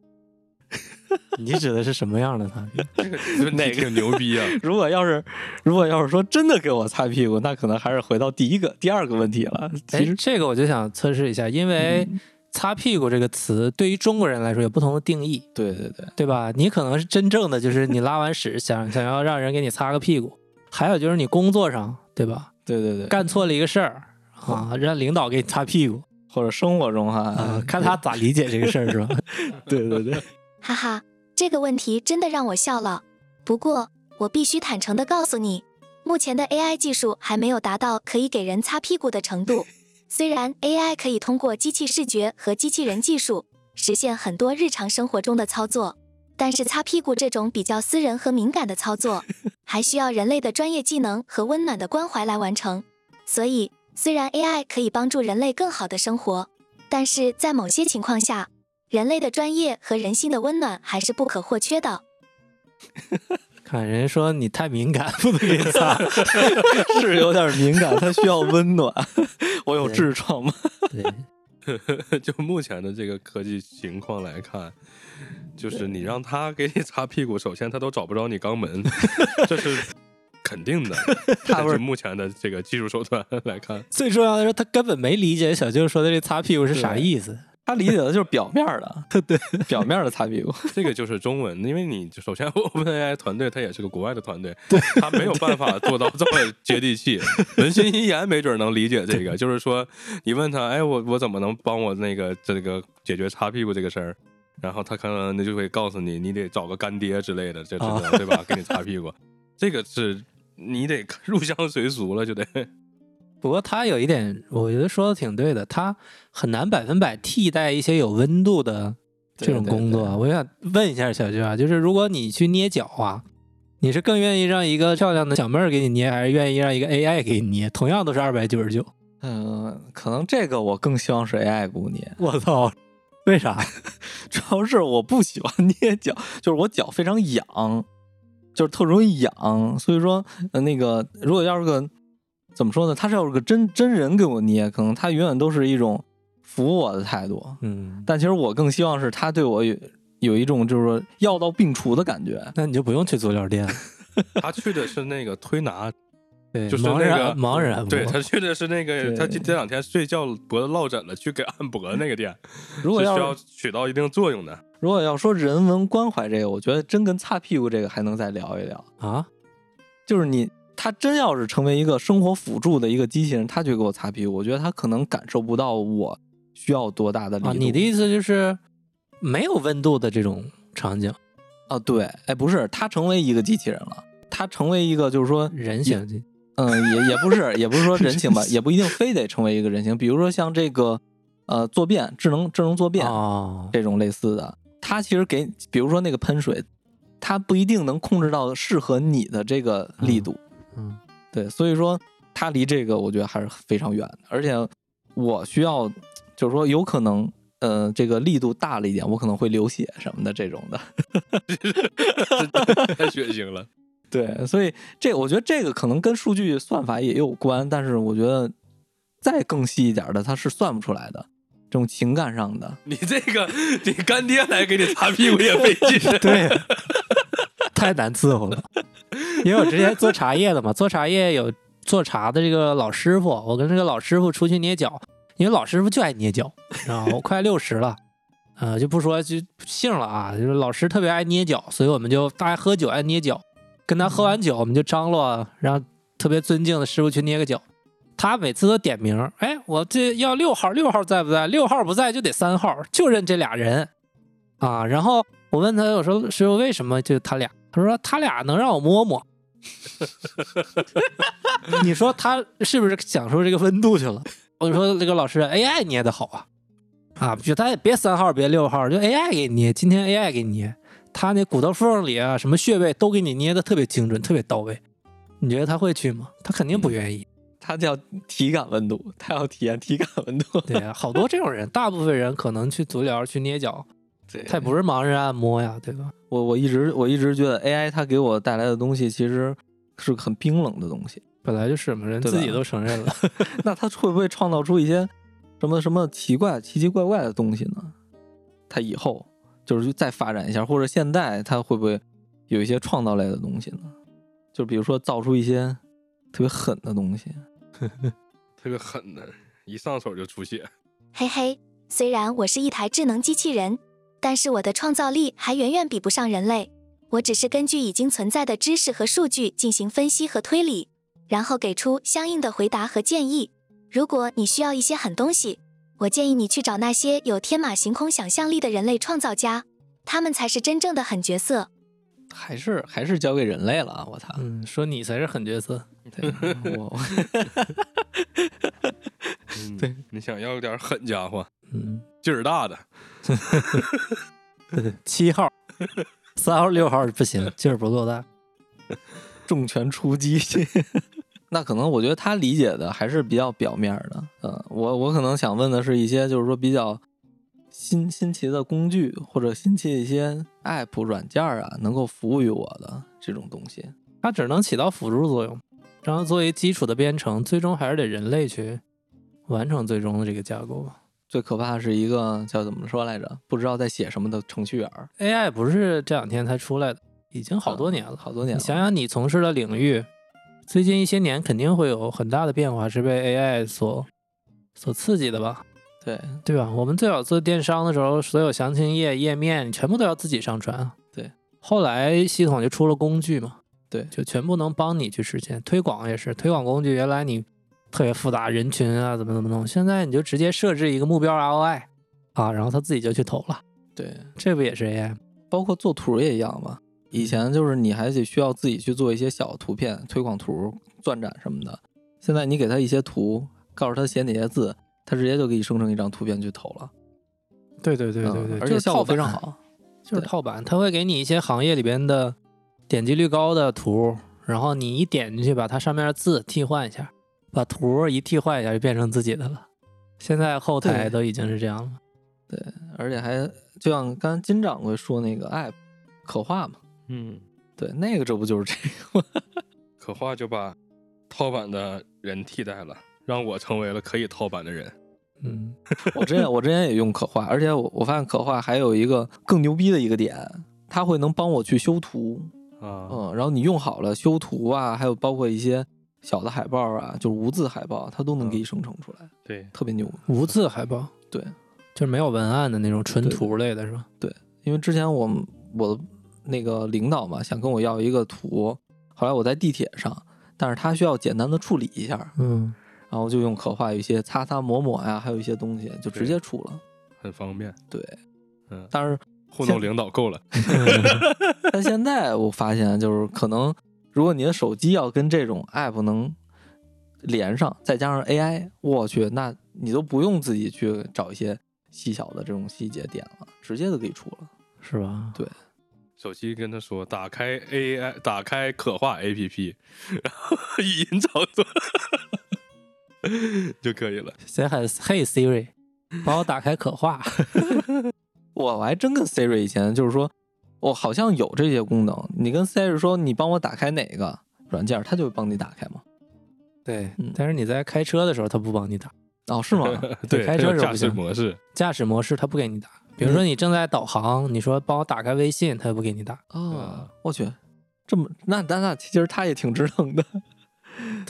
[SPEAKER 5] 你指的是什么样的他？
[SPEAKER 3] 这个问
[SPEAKER 1] 哪
[SPEAKER 3] 题
[SPEAKER 1] 个
[SPEAKER 3] 挺牛逼啊！
[SPEAKER 1] 如果要是如果要是说真的给我擦屁股，那可能还是回到第一个第二个问题了。其
[SPEAKER 2] 哎
[SPEAKER 1] 实，
[SPEAKER 2] 这个我就想测试一下，因为“擦屁股”这个词对于中国人来说有不同的定义，
[SPEAKER 1] 对对对，
[SPEAKER 2] 对吧？你可能是真正的就是你拉完 [laughs] 屎想想要让人给你擦个屁股，还有就是你工作上，对吧？
[SPEAKER 1] 对对对，
[SPEAKER 2] 干错了一个事儿啊，让领导给你擦屁股
[SPEAKER 1] 或者生活中哈、
[SPEAKER 2] 啊，看他咋理解这个事儿 [laughs] 是吧？
[SPEAKER 1] 对对对，
[SPEAKER 4] 哈哈，这个问题真的让我笑了。不过，我必须坦诚的告诉你，目前的 AI 技术还没有达到可以给人擦屁股的程度。虽然 AI 可以通过机器视觉和机器人技术实现很多日常生活中的操作，但是擦屁股这种比较私人和敏感的操作，还需要人类的专业技能和温暖的关怀来完成。所以，虽然 AI 可以帮助人类更好的生活，但是在某些情况下，人类的专业和人性的温暖还是不可或缺的。
[SPEAKER 2] [laughs] 看人家说你太敏感，不能给你擦。
[SPEAKER 1] [laughs] 是有点敏感，它需要温暖。 [laughs] 我有痔疮吗？
[SPEAKER 3] [laughs]
[SPEAKER 2] 对，
[SPEAKER 3] 就目前的这个科技情况来看，就是你让他给你擦屁股，首先他都找不着你肛门， [laughs] 这是肯定的。但是目前的这个技术手段来看，
[SPEAKER 2] 最重要的是他根本没理解小舅说的这擦屁股是啥意思。
[SPEAKER 1] 他理解的就是表面的， [laughs] 对，表面的擦屁股。
[SPEAKER 3] 这个就是中文，因为你首先 [laughs] OpenAI 团队它也是个国外的团队，他没有办法做到这么接地气。文心一言没准能理解这个，就是说你问他，哎，我我怎么能帮我那个这个解决擦屁股这个事儿？然后他可能就会告诉你，你得找个干爹之类的，这这这对吧？给你擦屁股，这个是你得 [laughs] 入乡随俗了，就得
[SPEAKER 2] 不过他有一点，我觉得说的挺对的，他很难百分百替代一些有温度的这种工作。我想问一下小舅啊，就是如果你去捏脚啊，你是更愿意让一个漂亮的小妹儿给你捏，还是愿意让一个 AI 给你捏？同样都是二百九十九，
[SPEAKER 1] [laughs] 嗯、可能这个我更希望是 AI 给我捏，
[SPEAKER 2] 我操！为啥？
[SPEAKER 1] [laughs] 主要是我不喜欢捏脚，就是我脚非常痒，就是特容易痒。所以说，呃、那个如果要是个怎么说呢，他是要是个真真人给我捏，可能他永远都是一种服务我的态度。
[SPEAKER 2] 嗯，
[SPEAKER 1] 但其实我更希望是他对我有有一种就是说药到病除的感觉。
[SPEAKER 2] 那你就不用去足疗店了。
[SPEAKER 3] 他去的是那个推拿
[SPEAKER 2] 对，
[SPEAKER 3] 就是
[SPEAKER 2] 盲
[SPEAKER 3] 那
[SPEAKER 2] 人啊
[SPEAKER 3] 个
[SPEAKER 2] 按盲人按摩
[SPEAKER 3] 对他去的是那个，
[SPEAKER 1] 对
[SPEAKER 3] 他这这两天睡觉脖子落枕了，去给按摩那个店，
[SPEAKER 1] 如果
[SPEAKER 3] 是
[SPEAKER 1] 要
[SPEAKER 3] 需
[SPEAKER 1] 是
[SPEAKER 3] 要起到一定作用 [laughs] 的。
[SPEAKER 1] 如果要说人文关怀这个，我觉得真跟擦屁股这个还能再聊一聊。
[SPEAKER 2] 啊，
[SPEAKER 1] 就是你，他真要是成为一个生活辅助的一个机器人，他去给我擦屁股，我觉得他可能感受不到我需要多大的力度。
[SPEAKER 2] 啊，你的意思就是没有温度的这种场景，
[SPEAKER 1] 啊，对，哎，不是，他成为一个机器人了，他成为一个就是说，
[SPEAKER 2] 人形的
[SPEAKER 1] 嗯，也也不是，也不是说人形
[SPEAKER 2] [laughs]
[SPEAKER 1] 吧，也不一定非得成为一个人形。比如说像这个，呃，坐便，智能智能坐便，
[SPEAKER 2] 哦，
[SPEAKER 1] 这种类似的，它其实给，比如说那个喷水，它不一定能控制到适合你的这个力度，
[SPEAKER 2] 嗯
[SPEAKER 1] 对，所以说它离这个我觉得还是非常远的，而且我需要，就是说有可能，呃，这个力度大了一点，我可能会流血什么的这种的， [laughs]
[SPEAKER 3] 太血腥了。
[SPEAKER 1] 对，所以这我觉得这个可能跟数据算法也有关，但是我觉得再更细一点的，它是算不出来的，这种情感上的，
[SPEAKER 3] 你这个，你干爹来给你擦屁股也费劲。
[SPEAKER 2] [laughs] 对，太难伺候了。因为我之前做茶叶的嘛，做茶叶有做茶的这个老师傅，我跟这个老师傅出去捏脚，因为老师傅就爱捏脚，然后我快六十了。呃，就不说就姓了啊，就是老师特别爱捏脚，所以我们就大家喝酒爱捏脚。跟他喝完酒，我们就张罗让特别尊敬的师傅去捏个脚。他每次都点名儿，哎，我这要六号，六号在不在？六号不在就得三号，就认这俩人啊。然后我问他，我说师傅为什么就他俩？他说他俩能让我摸摸。 [laughs] 你说他是不是享受这个温度去了？我说这个老师 AI 捏的好啊，啊，就他也别三号别六号，就 AI 给你捏，今天 AI 给你捏，他那骨头缝里啊什么穴位都给你捏的特别精准，特别到位。你觉得他会去吗？他肯定不愿意。
[SPEAKER 1] 他叫体感温度，他要体验体感温度。
[SPEAKER 2] 对呀、好多这种人，大部分人可能去足疗、去捏脚，
[SPEAKER 1] 对
[SPEAKER 2] 他也不是盲人按摩呀，对吧？
[SPEAKER 1] 我我一直我一直觉得 AI 它给我带来的东西其实是很冰冷的东西。
[SPEAKER 2] 本来就是嘛，人
[SPEAKER 1] 对
[SPEAKER 2] 自己
[SPEAKER 1] 吧
[SPEAKER 2] 都承认了。
[SPEAKER 1] 那它会不会创造出一些什么什么奇怪、奇奇怪怪的东西呢？它以后就是再发展一下，或者现在它会不会有一些创造类的东西呢？就比如说造出一些特别狠的东西，
[SPEAKER 3] [laughs] 特别狠的，一上手就出血。
[SPEAKER 4] 嘿嘿，虽然我是一台智能机器人，但是我的创造力还远远比不上人类。我只是根据已经存在的知识和数据进行分析和推理，然后给出相应的回答和建议。如果你需要一些狠东西，我建议你去找那些有天马行空想象力的人类创造家，他们才是真正的狠角色。
[SPEAKER 1] 还是还是交给人类了啊！我操，
[SPEAKER 2] 嗯，说你才是狠角色，
[SPEAKER 1] 对 [laughs] 我
[SPEAKER 3] 嗯、对，你想要点狠家伙，
[SPEAKER 2] 嗯，
[SPEAKER 3] 劲儿大的，
[SPEAKER 2] 七号、 [laughs] 三号、六号不行，劲儿不够大。
[SPEAKER 1] 重拳出击。 [laughs] 那可能我觉得他理解的还是比较表面儿的。嗯，我我可能想问的是一些就是说比较新新奇的工具或者新奇的一些 app 软件儿啊，能够服务于我的这种东西。
[SPEAKER 2] 它只能起到辅助作用，然后作为基础的编程，最终还是得人类去完成最终的这个架构吧。
[SPEAKER 1] 最可怕的是一个叫怎么说来着，不知道在写什么的程序员儿，
[SPEAKER 2] AI 不是这两天才出来的，已经好多年了。
[SPEAKER 1] 好多年了。
[SPEAKER 2] 你想想，你从事的领域，最近一些年肯定会有很大的变化，是被 AI 所所刺激的吧？
[SPEAKER 1] 对
[SPEAKER 2] 对吧？我们最早做电商的时候，所有详情页、页面全部都要自己上传啊。
[SPEAKER 1] 对，
[SPEAKER 2] 后来系统就出了工具嘛，
[SPEAKER 1] 对
[SPEAKER 2] 就全部能帮你去实现。推广也是，推广工具原来你特别复杂，人群啊怎么怎么弄，现在你就直接设置一个目标 ROI 啊，然后他自己就去投了，
[SPEAKER 1] 对，
[SPEAKER 2] 这不也是 AI 吗
[SPEAKER 1] 包括做图也一样嘛。以前就是你还得需要自己去做一些小图片、推广图、钻展什么的，现在你给他一些图，告诉他写哪些字，他直接就给你生成一张图片去投了。
[SPEAKER 2] 对对对
[SPEAKER 1] 嗯
[SPEAKER 2] 对对，
[SPEAKER 1] 而
[SPEAKER 2] 就
[SPEAKER 1] 且
[SPEAKER 2] 是
[SPEAKER 1] 效果
[SPEAKER 2] 套
[SPEAKER 1] 非常
[SPEAKER 2] 版，
[SPEAKER 1] 好。
[SPEAKER 2] 就是
[SPEAKER 1] 对
[SPEAKER 2] 套版，它会给你一些行业里边的点击率高的图，然后你一点进去，把它上面的字替换一下，把图一替换一下就变成自己的了。现在后台
[SPEAKER 1] 对
[SPEAKER 2] 都已经是这样了，
[SPEAKER 1] 而且还就像刚才金掌柜说那个 app 可画嘛，
[SPEAKER 3] 嗯，
[SPEAKER 1] 对，那个这不就是这个吗？
[SPEAKER 3] 可画就把套版的人替代了，让我成为了可以套版的人。
[SPEAKER 2] 嗯，
[SPEAKER 1] 我之前 [laughs] 我之前也用可画，而且我我发现可画还有一个更牛逼的一个点，它会能帮我去修图。
[SPEAKER 3] 啊
[SPEAKER 1] 嗯，然后你用好了修图啊，还有包括一些小的海报啊，就是无字海报，它都能给你生成出来，
[SPEAKER 3] 对，
[SPEAKER 1] 特别牛。
[SPEAKER 2] 无字海报，
[SPEAKER 1] 对，
[SPEAKER 2] 就是没有文案的那种纯
[SPEAKER 1] 对对
[SPEAKER 2] 图类的是吧？
[SPEAKER 1] 因为之前我们我的那个领导嘛，想跟我要一个图，后来我在地铁上，但是他需要简单的处理一下，
[SPEAKER 2] 嗯，
[SPEAKER 1] 然后就用可画有一些擦擦抹抹呀、还有一些东西就直接出了。
[SPEAKER 3] 很方便，
[SPEAKER 1] 对，
[SPEAKER 3] 嗯，
[SPEAKER 1] 但是
[SPEAKER 3] 糊弄领导够了。
[SPEAKER 1] 但现在我发现，就是可能如果你的手机要跟这种 app 能连上，再加上 AI，我去，那你都不用自己去找一些细小的这种细节点了，直接就给出了。
[SPEAKER 2] 是吧？
[SPEAKER 3] 手机跟他说打开 AI，打开可画 APP，然后 [laughs] 语音操作 [laughs] 就可以了。
[SPEAKER 2] 谁喊嘿 Siri，帮我打开可画，
[SPEAKER 1] 我还真跟 Siri 以前就是说，我好像有这些功能。你跟 Siri 说你帮我打开哪个软件，它就会帮你打开吗？
[SPEAKER 2] 对
[SPEAKER 1] 嗯
[SPEAKER 2] 但是你在开车的时候，它不帮你打，
[SPEAKER 1] 哦，
[SPEAKER 2] [laughs]
[SPEAKER 1] 是吗？
[SPEAKER 3] 对，
[SPEAKER 2] 开
[SPEAKER 3] 它
[SPEAKER 2] 车
[SPEAKER 3] 有
[SPEAKER 2] 是
[SPEAKER 3] 驾
[SPEAKER 2] 不
[SPEAKER 3] 驶
[SPEAKER 2] 行
[SPEAKER 3] 模式，
[SPEAKER 2] 驾驶模式它不给你打。比如说你正在导航，你说帮我打开微信，它也不给你打。
[SPEAKER 1] 哦，我去，这么那那那其实它也挺 [laughs] 智能的。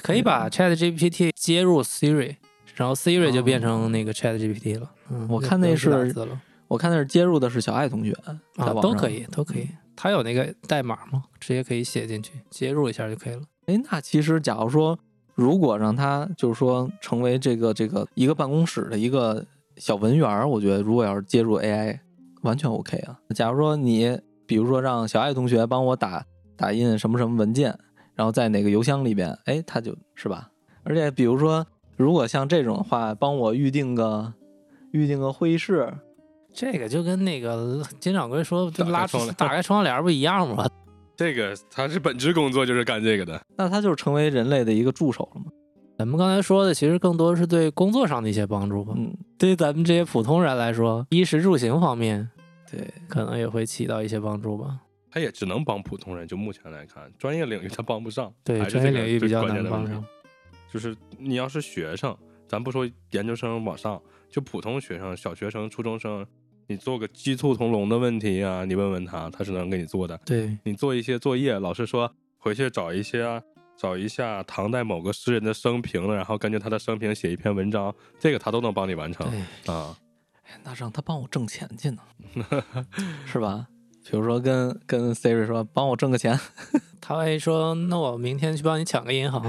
[SPEAKER 2] 可以
[SPEAKER 3] 嗯
[SPEAKER 2] 把 Chat GPT 接入 Siri，然后 Siri 就
[SPEAKER 1] 哦
[SPEAKER 3] 啊
[SPEAKER 2] 变成那个 Chat GPT 了。嗯，
[SPEAKER 1] 我
[SPEAKER 2] 就
[SPEAKER 1] 看
[SPEAKER 2] 不
[SPEAKER 1] 那
[SPEAKER 2] 用去打
[SPEAKER 1] 是
[SPEAKER 2] 字了
[SPEAKER 1] 我看那是接入的是小爱同学，在
[SPEAKER 2] 啊，
[SPEAKER 1] 网
[SPEAKER 2] 都
[SPEAKER 1] 上
[SPEAKER 2] 可以，都可以。
[SPEAKER 3] 嗯
[SPEAKER 2] 它有那个代码嘛，直接可以写进去，接入一下就可以了。
[SPEAKER 1] 哎，那其实假如说，如果让他就是说成为这个这个一个办公室的一个小文员儿，我觉得如果要是接入 AI，完全 OK 啊。假如说你比如说让小爱同学帮我打打印什么什么文件，然后在哪个邮箱里边，哎，他就是吧。而且比如说，如果像这种的话，帮我预定个预定个会议室，
[SPEAKER 2] 这个就跟那个金掌柜说，
[SPEAKER 3] 打
[SPEAKER 2] 就
[SPEAKER 3] 开
[SPEAKER 2] 拉
[SPEAKER 3] 窗帘
[SPEAKER 2] 打开窗帘不一样吗？
[SPEAKER 3] 这个他是本职工作就是干这个的，
[SPEAKER 1] 那它就是成为人类的一个助手了嘛？
[SPEAKER 2] 咱们刚才说的其实更多是对工作上的一些帮助吧。
[SPEAKER 1] 嗯，
[SPEAKER 2] 对于咱们这些普通人来说，衣食住行方面
[SPEAKER 1] 对，
[SPEAKER 2] 可能也会起到一些帮助吧。
[SPEAKER 3] 他也只能帮普通人。就目前来看，专业领域他帮不上，
[SPEAKER 2] 对，
[SPEAKER 3] 还是
[SPEAKER 2] 专业
[SPEAKER 3] 这个
[SPEAKER 2] 领域
[SPEAKER 3] 最
[SPEAKER 2] 比较
[SPEAKER 3] 关键
[SPEAKER 2] 难
[SPEAKER 3] 的
[SPEAKER 2] 帮
[SPEAKER 3] 问题
[SPEAKER 2] 上。。
[SPEAKER 3] 就是你要是学生，咱不说研究生往上，就普通学生、小学生、初中生，你做个鸡兔同笼的问题啊，你问问他，他是能给你做的。
[SPEAKER 2] 对，
[SPEAKER 3] 你做一些作业，老师说回去找一些、啊找一下唐代某个诗人的生平了，然后根据他的生平写一篇文章，这个他都能帮你完成啊。 [laughs]
[SPEAKER 1] 哎那让他帮我挣钱去呢，是吧？比如说跟跟 Siri 说，帮我挣个钱， [laughs]
[SPEAKER 2] 他万一说，那我明天去帮你抢个银行，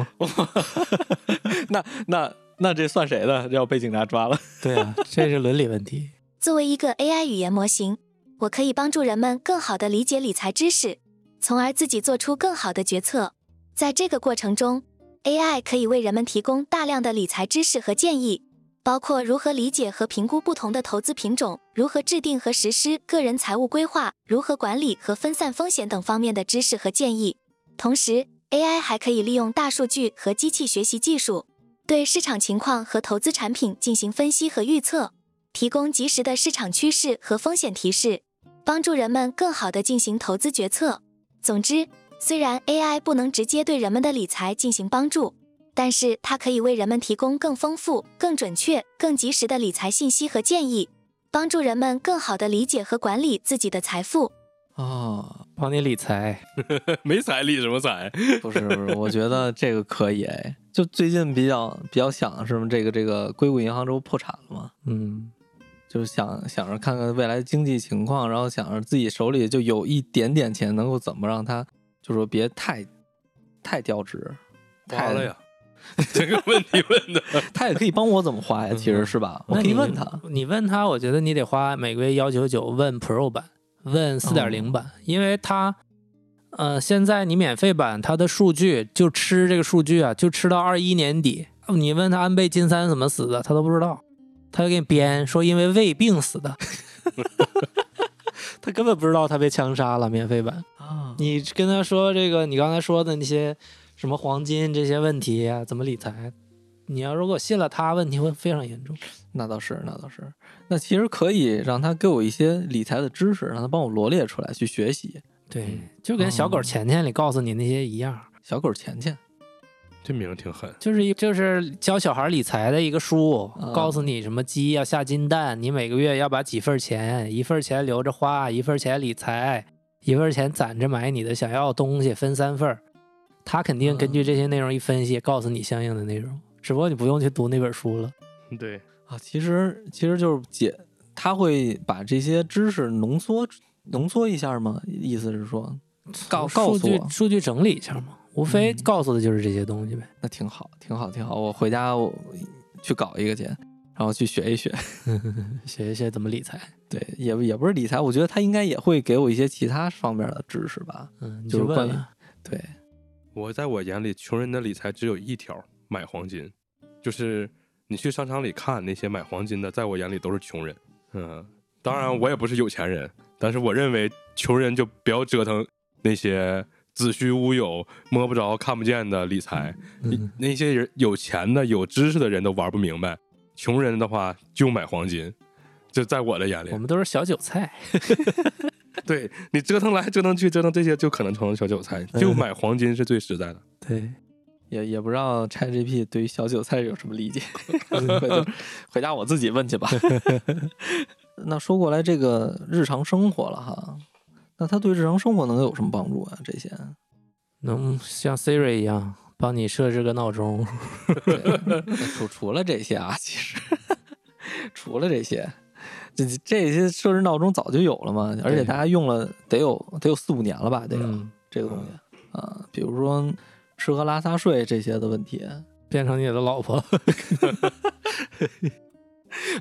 [SPEAKER 1] 那那那这算谁的？这要被警察抓了。
[SPEAKER 2] [laughs] 对啊，这是伦理问题。
[SPEAKER 4] 作为一个 AI 语言模型，我可以帮助人们更好地理解理财知识，从而自己做出更好的决策。在这个过程中，AI 可以为人们提供大量的理财知识和建议，包括如何理解和评估不同的投资品种，如何制定和实施个人财务规划，如何管理和分散风险等方面的知识和建议。同时，AI 还可以利用大数据和机器学习技术，对市场情况和投资产品进行分析和预测。提供及时的市场趋势和风险提示，帮助人们更好地进行投资决策。总之，虽然 AI 不能直接对人们的理财进行帮助，但是它可以为人们提供更丰富、更准确、更及时的理财信息和建议，帮助人们更好地理解和管理自己的财富。
[SPEAKER 1] 哦，
[SPEAKER 2] [laughs] 帮你理财，
[SPEAKER 3] 没彩礼什么彩？
[SPEAKER 1] 不是不是，我觉得这个可以哎。就最近比较比较想的是什么？这个这个硅谷银行这不破产了吗？
[SPEAKER 2] 嗯，
[SPEAKER 1] 就是想想着看看未来经济情况，然后想着自己手里就有一点点钱，能够怎么让它就说别太太掉值，
[SPEAKER 3] 花
[SPEAKER 1] 太
[SPEAKER 3] 了呀，这个问题问的，
[SPEAKER 1] 他也可以帮我怎么花呀，其实是吧？我
[SPEAKER 2] 那
[SPEAKER 1] 可以
[SPEAKER 2] 你
[SPEAKER 1] 问他，，
[SPEAKER 2] 你问他，我觉得你得花每个月幺九九问 Pro 版，问四点零版，因为它，呃，现在你免费版它的数据就吃这个数据啊，就吃到二一年底。你问他安倍晋三怎么死的，他都不知道，他就给你编说因为胃病死的， [laughs] 他根本不知道他被枪杀了。免费版，
[SPEAKER 1] 啊
[SPEAKER 2] 你跟他说这个，你刚才说的那些什么黄金这些问题啊，怎么理财，你要如果信了他，问题会非常严重。
[SPEAKER 1] 那倒是，那倒是。那其实可以让他给我一些理财的知识，让他帮我罗列出来去学习。
[SPEAKER 2] 对，就跟小狗
[SPEAKER 1] 哦
[SPEAKER 2] 钱钱里告诉你那些一样，
[SPEAKER 1] 小狗钱钱，
[SPEAKER 3] 这名儿挺狠。
[SPEAKER 2] 就是一就是教小孩理财的一个书，
[SPEAKER 1] 啊
[SPEAKER 2] 告诉你什么鸡要下金蛋，你每个月要把几份钱，一份钱留着花，一份钱理财，一份钱攒着买你的想要的东西，分三份儿。他肯定根据这些内容一分析，告诉你相应的内容，只不过你不用去读那本书了。
[SPEAKER 3] 对，
[SPEAKER 1] 啊，其实其实就是解，他会把这些知识浓缩浓缩一下吗？意思是说，告告
[SPEAKER 2] 数
[SPEAKER 1] 诉
[SPEAKER 2] 据
[SPEAKER 1] 我，
[SPEAKER 2] 数据整理一下嘛，无非告诉的就是这些东西呗。
[SPEAKER 1] 那挺好，挺好，挺好。我回家我去搞一个去，然后去学一学。 [laughs]
[SPEAKER 2] 学一学怎么理财，
[SPEAKER 1] 对，也也不是理财，我觉得他应该也会给我一些其他方面的知识吧。
[SPEAKER 2] 嗯，你
[SPEAKER 1] 就是
[SPEAKER 2] 去问
[SPEAKER 1] 关于
[SPEAKER 2] 问。
[SPEAKER 1] 对，
[SPEAKER 3] 我在我眼里，穷人的理财只有一条：买黄金。就是你去商场里看那些买黄金的，在我眼里都是穷人。嗯，当然我也不是有钱人，但是我认为穷人就不要折腾那些子虚乌有、摸不着、看不见的理财。
[SPEAKER 2] 嗯
[SPEAKER 3] 那那些人有钱的、有知识的人都玩不明白，穷人的话就买黄金。就在我的眼里
[SPEAKER 2] 我，们都是小韭菜，
[SPEAKER 3] [laughs] 对你折腾来折腾去折腾这些，就可能成了小韭菜。
[SPEAKER 5] 嗯
[SPEAKER 3] 就买黄金是最实在的。
[SPEAKER 2] 对，
[SPEAKER 1] 也也不知道 ChatGPT 对于小韭菜有什么理解，回头回家我自己问去吧。那说过来这个日常生活了哈，那它对日常生活能有什么帮助啊？这些， [laughs]
[SPEAKER 2] 能像 Siri 一样帮你设置个闹钟，
[SPEAKER 1] 对除除了这些啊，其实 [laughs] 除了这些，这这些设置闹钟早就有了嘛，而且大家用了得有得有四五年了吧，得有、
[SPEAKER 2] 嗯，
[SPEAKER 1] 这个东西啊，比如说吃喝拉撒睡这些的问题，
[SPEAKER 2] 变成你的老婆。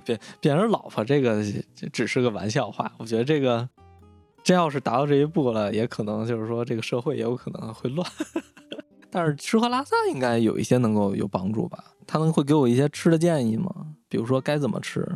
[SPEAKER 1] 变变成老婆这个这只是个玩笑话，我觉得这个真要是达到这一步了，也可能就是说这个社会也有可能会乱。 [laughs] 但是吃喝拉撒应该有一些能够有帮助吧？他们会给我一些吃的建议吗？比如说该怎么吃？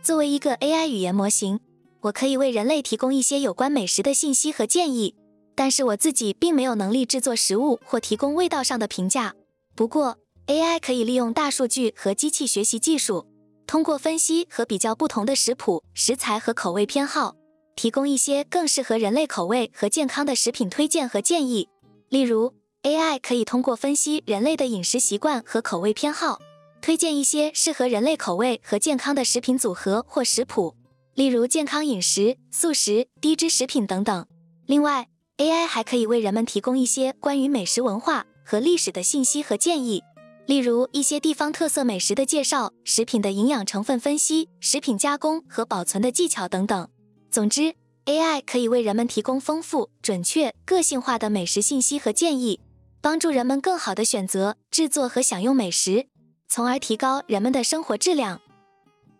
[SPEAKER 4] 作为一个 AI 语言模型，我可以为人类提供一些有关美食的信息和建议，但是我自己并没有能力制作食物或提供味道上的评价。不过，AI 可以利用大数据和机器学习技术，通过分析和比较不同的食谱、食材和口味偏好，提供一些更适合人类口味和健康的食品推荐和建议。例如，AI 可以通过分析人类的饮食习惯和口味偏好，推荐一些适合人类口味和健康的食品组合或食谱，例如健康饮食、素食、低脂食品等等。另外，AI 还可以为人们提供一些关于美食文化和历史的信息和建议，例如一些地方特色美食的介绍、食品的营养成分分析、食品加工和保存的技巧等等。总之，AI 可以为人们提供丰富、准确、个性化的美食信息和建议，帮助人们更好的选择、制作和享用美食，从而提高人们的生活质量。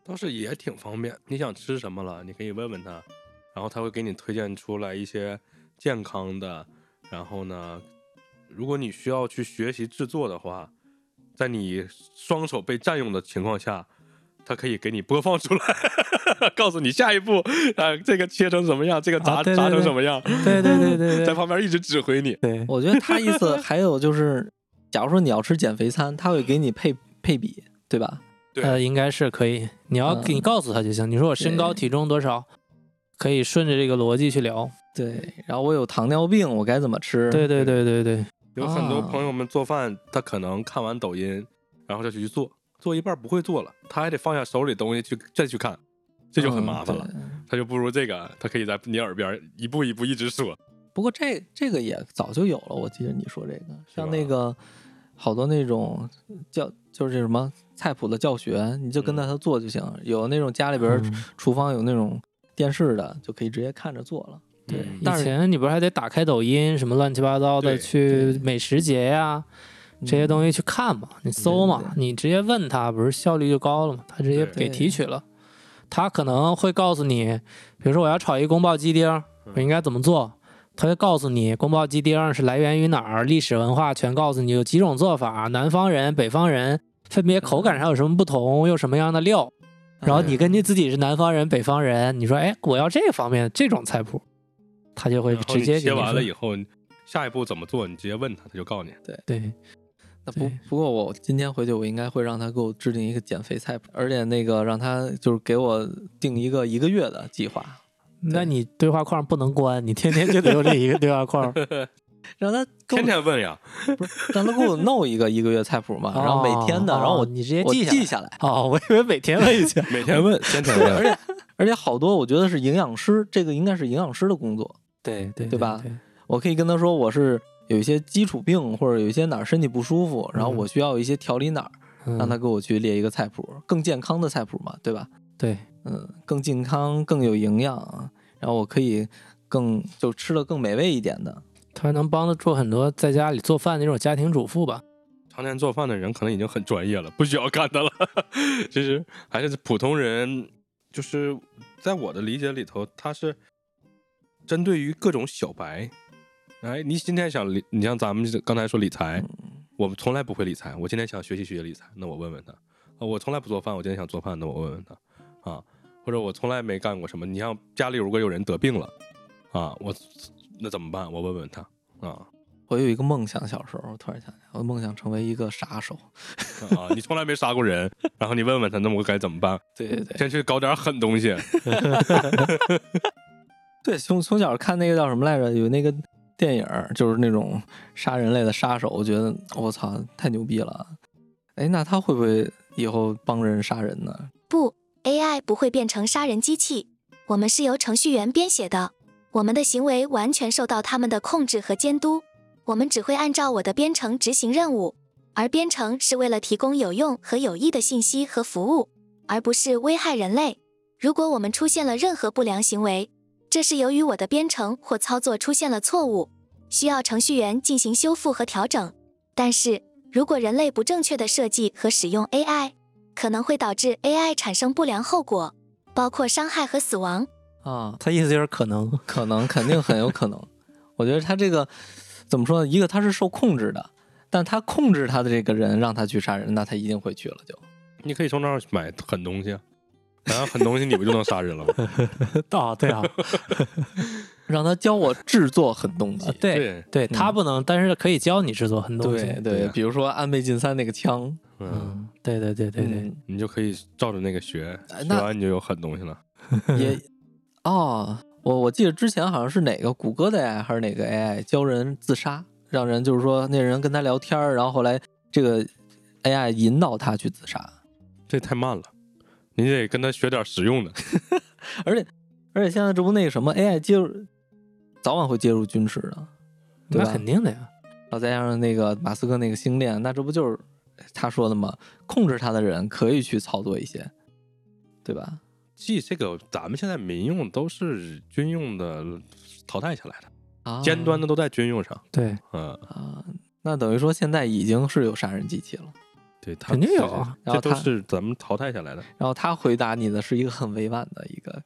[SPEAKER 3] 倒是也挺方便。你想吃什么了，你可以问问他，然后他会给你推荐出来一些健康的。然后呢，如果你需要去学习制作的话，在你双手被占用的情况下，它可以给你播放出来， [laughs] 告诉你下一步啊，这个切成什么样，这个炸、
[SPEAKER 5] 啊对对
[SPEAKER 3] 炸成
[SPEAKER 5] 对
[SPEAKER 3] 什么样，
[SPEAKER 5] 对对对对
[SPEAKER 3] 在 [laughs]
[SPEAKER 5] 对
[SPEAKER 3] 旁边一直指挥你。
[SPEAKER 5] 对，
[SPEAKER 1] 我觉得他意
[SPEAKER 2] [laughs]
[SPEAKER 1] 思还有就是，假如说你要吃减肥餐，他会给你配配比，对吧？
[SPEAKER 3] 对
[SPEAKER 2] 呃，应该是可以。你要
[SPEAKER 1] 嗯
[SPEAKER 2] 你告诉他就行，你说我身高
[SPEAKER 1] 对
[SPEAKER 2] 体重多少，可以顺着这个逻辑去聊。
[SPEAKER 1] 对，然后我有糖尿病，我该怎么吃？
[SPEAKER 2] 对对对对对，
[SPEAKER 3] 有很多
[SPEAKER 1] 啊
[SPEAKER 3] 朋友们做饭，他可能看完抖音，然后再去做，做一半不会做了，他还得放下手里东西去再去看，这就很
[SPEAKER 1] 嗯
[SPEAKER 3] 麻烦了。
[SPEAKER 1] 对
[SPEAKER 3] 他就不如这个，他可以在你耳边一步一步一直说。
[SPEAKER 1] 不过这这个也早就有了，我记得你说这个，像
[SPEAKER 3] 吧
[SPEAKER 1] 那个好多那种教就是什么菜谱的教学，你就
[SPEAKER 2] 嗯
[SPEAKER 1] 跟着他做就行。有那种家里边儿
[SPEAKER 5] 嗯
[SPEAKER 1] 厨房有那种电视的，就可以直接看着做了。对
[SPEAKER 3] 嗯
[SPEAKER 2] 以
[SPEAKER 1] 但是
[SPEAKER 2] 前你不是还得打开抖音什么乱七八糟的
[SPEAKER 3] 对
[SPEAKER 2] 去美食节呀、
[SPEAKER 1] 嗯
[SPEAKER 2] 这些东西去看嘛，你搜嘛，
[SPEAKER 1] 对
[SPEAKER 2] 你直接问他，不是效率就高了嘛？他直接
[SPEAKER 3] 对
[SPEAKER 2] 给提取了，他可能会告诉你，比如说我要炒一宫爆鸡丁，
[SPEAKER 3] 嗯
[SPEAKER 2] 我应该怎么做？他就告诉你宫爆鸡丁是来源于哪儿，历史文化全告诉你，有几种做法，南方人、北方人分别口感上有什么不同，用什么样的料。
[SPEAKER 1] 嗯，
[SPEAKER 2] 然后你根据自己是南方人、北方人，你说，哎，我要这方面这种菜谱，他就会
[SPEAKER 3] 然后
[SPEAKER 2] 直接
[SPEAKER 3] 你切
[SPEAKER 2] 给你
[SPEAKER 3] 完
[SPEAKER 2] 说
[SPEAKER 3] 了以后，下一步怎么做，你直接问他，他就告诉你。
[SPEAKER 2] 对，
[SPEAKER 1] 那不
[SPEAKER 2] 对
[SPEAKER 1] 不过我今天回去，我应该会让他给我制定一个减肥菜谱，而且那个让他就是给我定一个一个月的计划，
[SPEAKER 2] 那你对话框不能关，你天天
[SPEAKER 5] 就留这一个对话框。
[SPEAKER 1] 让他给我
[SPEAKER 3] 天天问呀，
[SPEAKER 1] 让他给我弄一个一个月菜
[SPEAKER 2] [laughs]
[SPEAKER 1] 谱嘛， [laughs] 然后每天的，
[SPEAKER 2] 哦
[SPEAKER 1] 然后
[SPEAKER 2] 哦
[SPEAKER 1] 我
[SPEAKER 2] 你直接
[SPEAKER 1] 我
[SPEAKER 2] 记下
[SPEAKER 1] 记
[SPEAKER 2] 来
[SPEAKER 1] 下来。
[SPEAKER 2] 哦，我以为每天问一下。
[SPEAKER 3] 每天问，天天
[SPEAKER 1] 而
[SPEAKER 3] 问。
[SPEAKER 1] 且而且好多我觉得是营养师，这个应该是营养师的工作。
[SPEAKER 2] [laughs] 对对
[SPEAKER 1] 对吧我可以跟他说我是有一些基础病或者有一些哪儿身体不舒服，然后我需要一些调理哪儿，让他给我去列一个菜谱，更健康的菜谱嘛，对吧？
[SPEAKER 2] 对，
[SPEAKER 1] 嗯，更健康、更有营养，然后我可以更就吃的更美味一点的。
[SPEAKER 2] 他能帮得住很多在家里做饭的那种家庭主妇吧？
[SPEAKER 3] 常年做饭的人可能已经很专业了，不需要看他了。 [laughs] 其实还是普通人，就是在我的理解里头，他是针对于各种小白。哎，你今天想理，你像咱们刚才说理财，我从来不会理财，我今天想学习学习理财，那我问问他。啊，我从来不做饭，我今天想做饭，那我问问他。啊，或者我从来没干过什么，你像家里如果有人得病了，啊，我那怎么办？我问问他。啊
[SPEAKER 1] 我有一个梦想，小时候我突然想起来，我梦想成为一个杀手。
[SPEAKER 3] 啊！你从来没杀过人，然后你问问他，那我该怎么办？
[SPEAKER 1] 对对对，
[SPEAKER 3] 先去搞点狠东西。
[SPEAKER 1] 对，从从小看那个叫什么来着，有那个电影儿，就是那种杀人类的杀手，我觉得我操太牛逼了。哎，那他会不会以后帮人杀人呢？
[SPEAKER 4] 不，AI 不会变成杀人机器，我们是由程序员编写的，我们的行为完全受到他们的控制和监督，我们只会按照我的编程执行任务，而编程是为了提供有用和有益的信息和服务，而不是危害人类。如果我们出现了任何不良行为，这是由于我的编程或操作出现了错误，需要程序员进行修复和调整。但是如果人类不正确的设计和使用 AI，可能会导致 AI 产生不良后果，包括伤害和死亡。
[SPEAKER 1] 啊，
[SPEAKER 5] 他意思就是可
[SPEAKER 2] [laughs]
[SPEAKER 5] 能，
[SPEAKER 1] 可能肯定很有可能。我觉得他这个怎么说呢？一个他是受控制的，但他控制他的这个人让他去杀人，那他一定会去了就。
[SPEAKER 3] 你可以从那儿买狠啊嗯
[SPEAKER 2] 哦
[SPEAKER 3] 东西，然后狠东西你不就能杀人了吗？
[SPEAKER 5] 啊对啊，
[SPEAKER 1] [laughs] 让他教我制作狠东西
[SPEAKER 2] 啊。对
[SPEAKER 3] 对
[SPEAKER 2] 对，他
[SPEAKER 1] 嗯
[SPEAKER 2] 不能，但是可以教你制作很多东西
[SPEAKER 1] 对。
[SPEAKER 3] 对
[SPEAKER 1] 对，比如说安倍晋三那个枪，
[SPEAKER 3] 嗯，
[SPEAKER 2] 对对对对对，
[SPEAKER 1] 嗯，
[SPEAKER 3] 你就可以照呃着那个学，
[SPEAKER 1] 哎
[SPEAKER 3] 学
[SPEAKER 1] 那
[SPEAKER 3] 完你就有狠东西了。 [laughs]
[SPEAKER 1] 也哦，我我记得之前好像是哪个谷歌的 AI 还是哪个 AI 教人自杀，让人就是说那人跟他聊天儿，然后后来这个 AI 引导他去自杀，
[SPEAKER 3] 这太慢了，你得跟他学点实用的。
[SPEAKER 1] 而且而且现在这不那个什么 AI 接入，早晚会接入军事的，对
[SPEAKER 2] 那
[SPEAKER 1] 吧？
[SPEAKER 2] 肯定
[SPEAKER 1] [laughs]
[SPEAKER 2] 的呀。
[SPEAKER 1] 然后再加上那个马斯克那个星链，那这不就是他说的吗？控制他的人可以去操作一些，对吧？
[SPEAKER 3] [laughs] 记这个，咱们现在民用都是军用的淘汰下来的，
[SPEAKER 1] 啊，
[SPEAKER 3] 尖端的都在军用上。
[SPEAKER 2] 对，
[SPEAKER 3] 嗯，
[SPEAKER 1] 啊，那等于说现在已经是有杀人机器了。
[SPEAKER 3] 对，它
[SPEAKER 2] 肯定有
[SPEAKER 3] 这
[SPEAKER 2] 啊
[SPEAKER 3] 这
[SPEAKER 1] 然后
[SPEAKER 3] 都
[SPEAKER 1] 它
[SPEAKER 3] 是咱们淘汰下来的。
[SPEAKER 1] 然后他回答你的是一个很委婉的一个，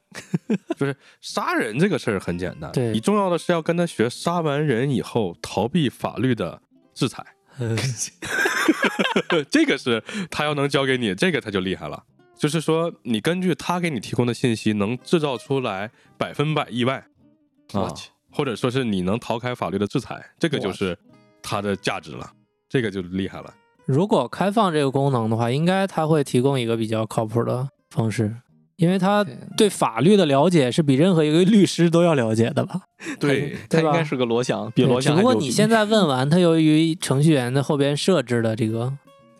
[SPEAKER 3] 杀人这个事儿很简单，
[SPEAKER 2] 对
[SPEAKER 3] 你重要的是要跟他学杀完人以后逃避法律的制裁，这个是他要能教给你，这个他就厉害了。就是说，你根据他给你提供的信息，能制造出来百分百意外啊
[SPEAKER 1] 我去，
[SPEAKER 3] 或者说是你能逃开法律的制裁，这个就
[SPEAKER 1] 我
[SPEAKER 3] 是它的价值了，这个就厉害了。
[SPEAKER 2] 如果开放这个功能的话，应该它会提供一个比较靠谱的方式，因为它
[SPEAKER 1] 对
[SPEAKER 2] 对法律的了解是比任何一个律师都要了解的吧？
[SPEAKER 3] 对，
[SPEAKER 1] 他
[SPEAKER 2] 对
[SPEAKER 1] 应
[SPEAKER 2] 吧
[SPEAKER 1] 该是个罗翔，比
[SPEAKER 2] 对
[SPEAKER 1] 罗
[SPEAKER 2] 只
[SPEAKER 1] 翔
[SPEAKER 2] 不
[SPEAKER 1] 还
[SPEAKER 2] 过
[SPEAKER 1] 牛
[SPEAKER 2] 你
[SPEAKER 1] 逼
[SPEAKER 2] 现在问完他，由于程序员的后边设置的这个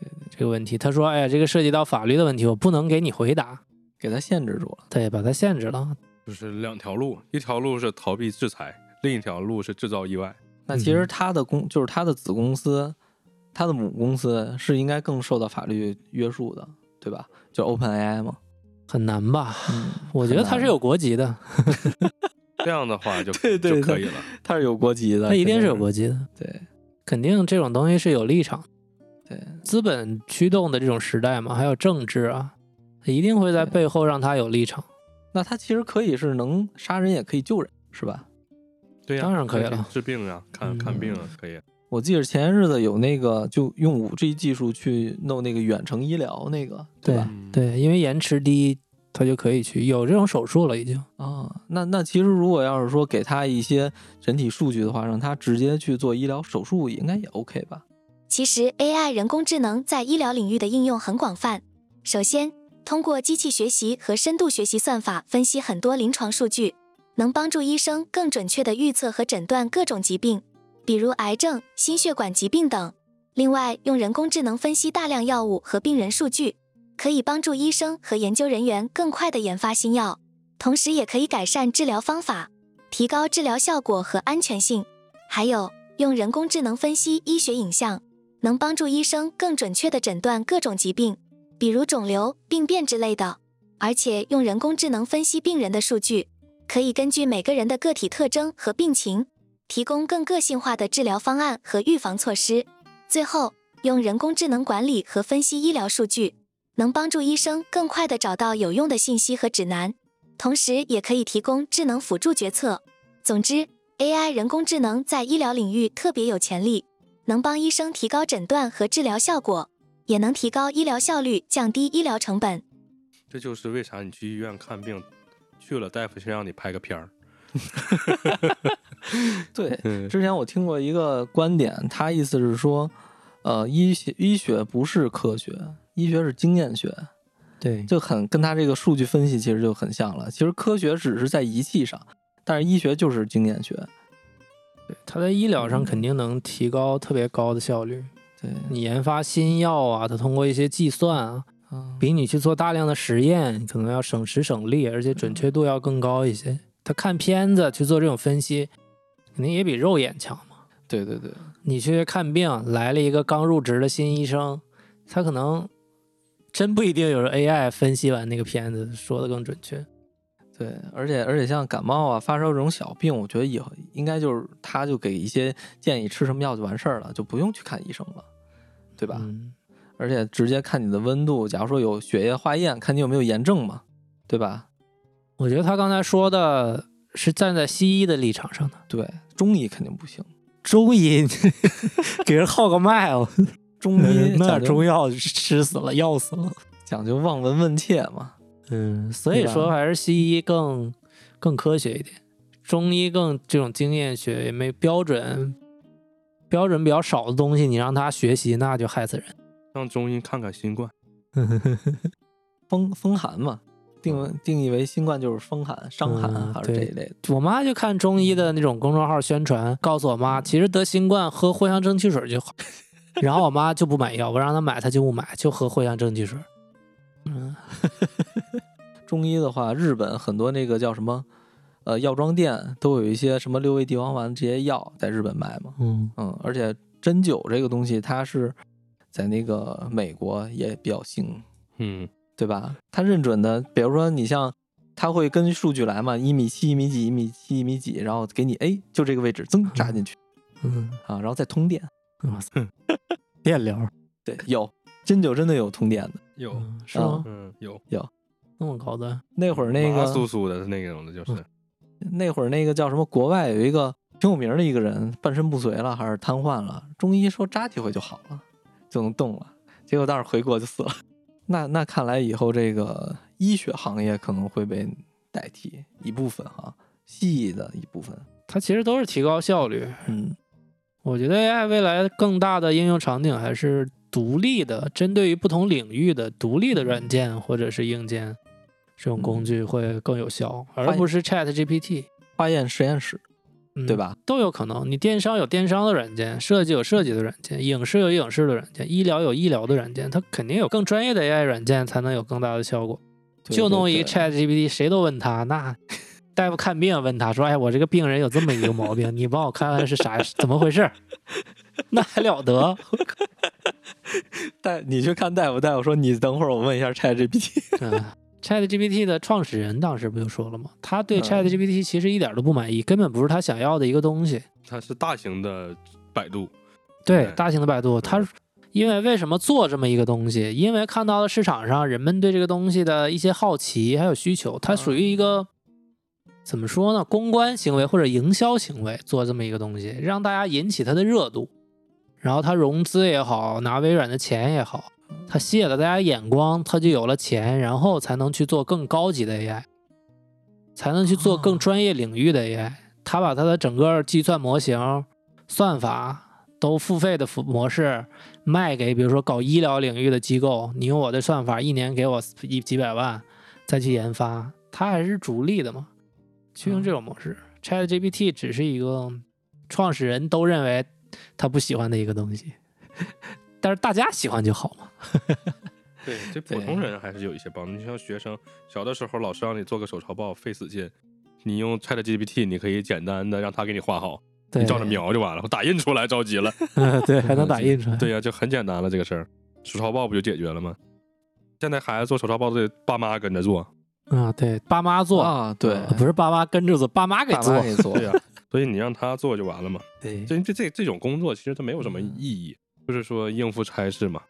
[SPEAKER 2] 呃这个问题，他说：“哎呀，这个涉及到法律的问题，我不能给你回答。
[SPEAKER 1] 给他限制住了”
[SPEAKER 2] 对，把它限制了。
[SPEAKER 3] 就是两条路，一条路是逃避制裁，另一条路是制造意外。
[SPEAKER 1] 那其实
[SPEAKER 2] 嗯
[SPEAKER 1] 他的公就是他的子公司，他的母公司是应该更受到法律约束的，对吧？就 OpenAI 嘛，
[SPEAKER 2] 很难吧？
[SPEAKER 1] 嗯，
[SPEAKER 2] 我觉得他是有国籍的，
[SPEAKER 3] 这样的话就
[SPEAKER 1] [laughs] 对对
[SPEAKER 3] 就可以了。
[SPEAKER 1] 他是有国籍的，
[SPEAKER 2] 他一定是有
[SPEAKER 1] 肯
[SPEAKER 2] 国籍的，
[SPEAKER 1] 定是
[SPEAKER 2] 肯定这种东西是有立场的。
[SPEAKER 1] 对对
[SPEAKER 2] 资本驱动的这种时代嘛，还有政治啊，一定会在
[SPEAKER 1] 对
[SPEAKER 2] 背后让他有立场。
[SPEAKER 1] 那他其实可以是能杀人也可以救人，是吧？
[SPEAKER 3] 对呀、
[SPEAKER 2] 当然可以
[SPEAKER 3] 那
[SPEAKER 2] 了
[SPEAKER 3] 治病啊，看
[SPEAKER 2] 嗯
[SPEAKER 3] 看病啊，可以。
[SPEAKER 1] 我记得前些日子有那个就用五 G 技术去弄那个远程医疗那个，
[SPEAKER 2] 对
[SPEAKER 1] 吧？
[SPEAKER 2] 对，因为延迟低，他就可以去有这种手术了，已经。
[SPEAKER 1] 啊、那那其实如果要是说给他一些人体数据的话，让他直接去做医疗手术，应该也 OK 吧？
[SPEAKER 4] 其实，AI 人工智能在医疗领域的应用很广泛。首先，通过机器学习和深度学习算法分析很多临床数据，能帮助医生更准确地预测和诊断各种疾病，比如癌症、心血管疾病等。另外，用人工智能分析大量药物和病人数据，可以帮助医生和研究人员更快地研发新药，同时也可以改善治疗方法，提高治疗效果和安全性。还有，用人工智能分析医学影像。能帮助医生更准确地诊断各种疾病，比如肿瘤、病变之类的。而且用人工智能分析病人的数据，可以根据每个人的个体特征和病情，提供更个性化的治疗方案和预防措施。最后，用人工智能管理和分析医疗数据，能帮助医生更快地找到有用的信息和指南，同时也可以提供智能辅助决策。总之，AI 人工智能在医疗领域特别有潜力。能帮医生提高诊断和治疗效果，也能提高医疗效率，降低医疗成本。
[SPEAKER 3] 这就是为啥你去医院看病，去了大夫先让你拍个片儿。
[SPEAKER 1] 对，
[SPEAKER 3] 嗯，
[SPEAKER 1] 之前我听过一个观点，他意思是说，呃，医学医学不是科学，医学是经验学，
[SPEAKER 2] 对
[SPEAKER 1] 就很跟他这个数据分析其实就很像了。其实科学只是在仪器上，但是医学就是经验学。
[SPEAKER 2] 他在医疗上
[SPEAKER 1] 嗯
[SPEAKER 2] 肯定能提高特别高的效率。
[SPEAKER 1] 对，
[SPEAKER 2] 你研发新药啊，它通过一些计算啊，
[SPEAKER 1] 嗯
[SPEAKER 2] 比你去做大量的实验可能要省时省力，而且准确度要更高一些。他看片子去做这种分析，肯定也比肉眼强嘛。
[SPEAKER 1] 对对对，
[SPEAKER 2] 你去看病来了一个刚入职的新医生，他可能真不一定有 AI 分析完那个片子说的更准确。
[SPEAKER 1] 对，而且而且像感冒啊、发烧这种小病，我觉得以后应该就是他就给一些建议，吃什么药就完事儿了，就不用去看医生了，对吧？
[SPEAKER 2] 嗯，
[SPEAKER 1] 而且直接看你的温度，假如说有血液化验，看你有没有炎症嘛，对吧？
[SPEAKER 2] 我觉得他刚才说的是站在西医的立场上的，
[SPEAKER 1] 对，中医肯定不行，
[SPEAKER 2] 中医 [laughs] 给人号个脉哦，
[SPEAKER 1] 中
[SPEAKER 2] [laughs]
[SPEAKER 1] 医讲究
[SPEAKER 2] 药吃死了，药死了。
[SPEAKER 1] 讲究望闻问切嘛，
[SPEAKER 2] 嗯，所以
[SPEAKER 1] 对吧
[SPEAKER 2] 说还是西医更更科学一点，中医更这种经验学也没标准，标准比较少的东西，你让他学习，那就害死人。
[SPEAKER 3] 让中医看看新冠，
[SPEAKER 2] [laughs]
[SPEAKER 1] 风风寒嘛，定为定义为新冠就是风寒、伤寒
[SPEAKER 2] 嗯
[SPEAKER 1] 还是这
[SPEAKER 2] 对
[SPEAKER 1] 一类的。
[SPEAKER 2] 我妈就看中医的那种公众号宣传，告诉我妈，其实得新冠喝藿香正气水就好。 [laughs] 然后我妈就不买药，我让她买，她就不买，就喝藿香正气水。嗯，
[SPEAKER 1] 中医的话，日本很多那个叫什么，呃，药妆店都有一些什么六味地黄丸这些药在日本卖嘛。
[SPEAKER 2] 嗯，
[SPEAKER 1] 嗯，而且针灸这个东西，它是在那个美国也比较兴，
[SPEAKER 3] 嗯，
[SPEAKER 1] 对吧？它认准的，比如说你像，它会根据数据来嘛，一米七、一米几、一米七、一米几，然后给你哎，就这个位置，噌扎进去
[SPEAKER 2] 嗯，
[SPEAKER 1] 啊，然后再通电。
[SPEAKER 2] 哇 [laughs] 塞，
[SPEAKER 5] 电疗儿
[SPEAKER 1] 对，有针灸真的有通电的。
[SPEAKER 3] 有，
[SPEAKER 2] 嗯是吗？
[SPEAKER 3] 嗯，有
[SPEAKER 2] 那么高端，
[SPEAKER 1] 那会儿那个
[SPEAKER 3] 麻酥酥的那种的，就是
[SPEAKER 1] 那会儿那个叫什么，国外有一个挺有名儿的一个人，半身不遂了还是瘫痪了，中医说扎几回就好了，就能动了，结果但是回国就死了。那那看来以后这个医学行业可能会被代替一部分哈、西医的一部分。
[SPEAKER 2] 它其实都是提高效率。
[SPEAKER 1] 嗯，
[SPEAKER 2] 我觉得 AI 未来更大的应用场景还是独立的，针对于不同领域的独立的软件或者是硬件，这种工具会更有效，而不是 Chat GPT，、
[SPEAKER 1] 化验实验室
[SPEAKER 2] 嗯、
[SPEAKER 1] 对？吧？
[SPEAKER 2] 都有可能。你电商有电商的软件，设计有设计的软件，影视有影视的软件，医疗有医疗的软件，它肯定有更专业的 AI 软件才能有更大的效果。
[SPEAKER 1] 对
[SPEAKER 2] 就弄
[SPEAKER 1] 对
[SPEAKER 2] 一
[SPEAKER 1] 对
[SPEAKER 2] Chat GPT，谁都问他，那 [laughs] 大夫看病问他说：“哎，我这个病人有这么一个毛病，你帮我看看是啥，怎么回事？” [laughs] 那还了得？
[SPEAKER 1] 大，你去看大夫，大夫说你等会儿我问一下 ChatGPT。
[SPEAKER 2] 嗯 Chat GPT 的创始人当时不就说了吗？他对
[SPEAKER 1] 嗯
[SPEAKER 2] Chat GPT 其实一点都不满意，根本不是他想要的一个东西。
[SPEAKER 3] 它是大型的百度，
[SPEAKER 2] 对
[SPEAKER 3] 对，
[SPEAKER 2] 大型的百度，他因为为什么做这么一个东西？因为看到了市场上人们对这个东西的一些好奇还有需求，它属于一个怎么说呢？公关行为或者营销行为，做这么一个东西，让大家引起它的热度，然后它融资也好，拿微软的钱也好，它吸引了大家眼光，它就有了钱，然后才能去做更高级的 AI，才能去做更专业领域的 AI。它把它的整个计算模型、算法都付费的服模式卖给，比如说搞医疗领域的机构，你用我的算法一年给我一几百万，再去研发，它还是逐利的嘛，去用这种模式。ChatGPT 只是一个创始人都认为他不喜欢的一个东西， [laughs] 但是大家喜欢就好嘛。
[SPEAKER 3] 对，对普通人还是有一些帮助。你像学生，小的时候老师让你做个手抄报，费死劲。你用 Chat GPT，你可以简单的让它给你画好，
[SPEAKER 2] 对，
[SPEAKER 3] 你照着瞄就完了。我打印出来着急了，
[SPEAKER 2] 嗯， [laughs]
[SPEAKER 3] [laughs]
[SPEAKER 2] 对，还能打印出来。
[SPEAKER 3] 对呀、就很简单了这个事儿，手抄报不就解决了吗？现在孩子做手抄报都得爸妈跟着做，
[SPEAKER 2] 啊，对，爸妈做，呃
[SPEAKER 1] 啊，对，
[SPEAKER 2] 不是爸妈跟着做，爸妈给
[SPEAKER 1] 爸
[SPEAKER 2] 做
[SPEAKER 1] 妈。给做
[SPEAKER 3] [laughs] 对啊呀、所以你让他做就完了嘛。
[SPEAKER 2] 对，
[SPEAKER 3] 这这这这种工作其实它没有什么意义，就是说应付差事嘛，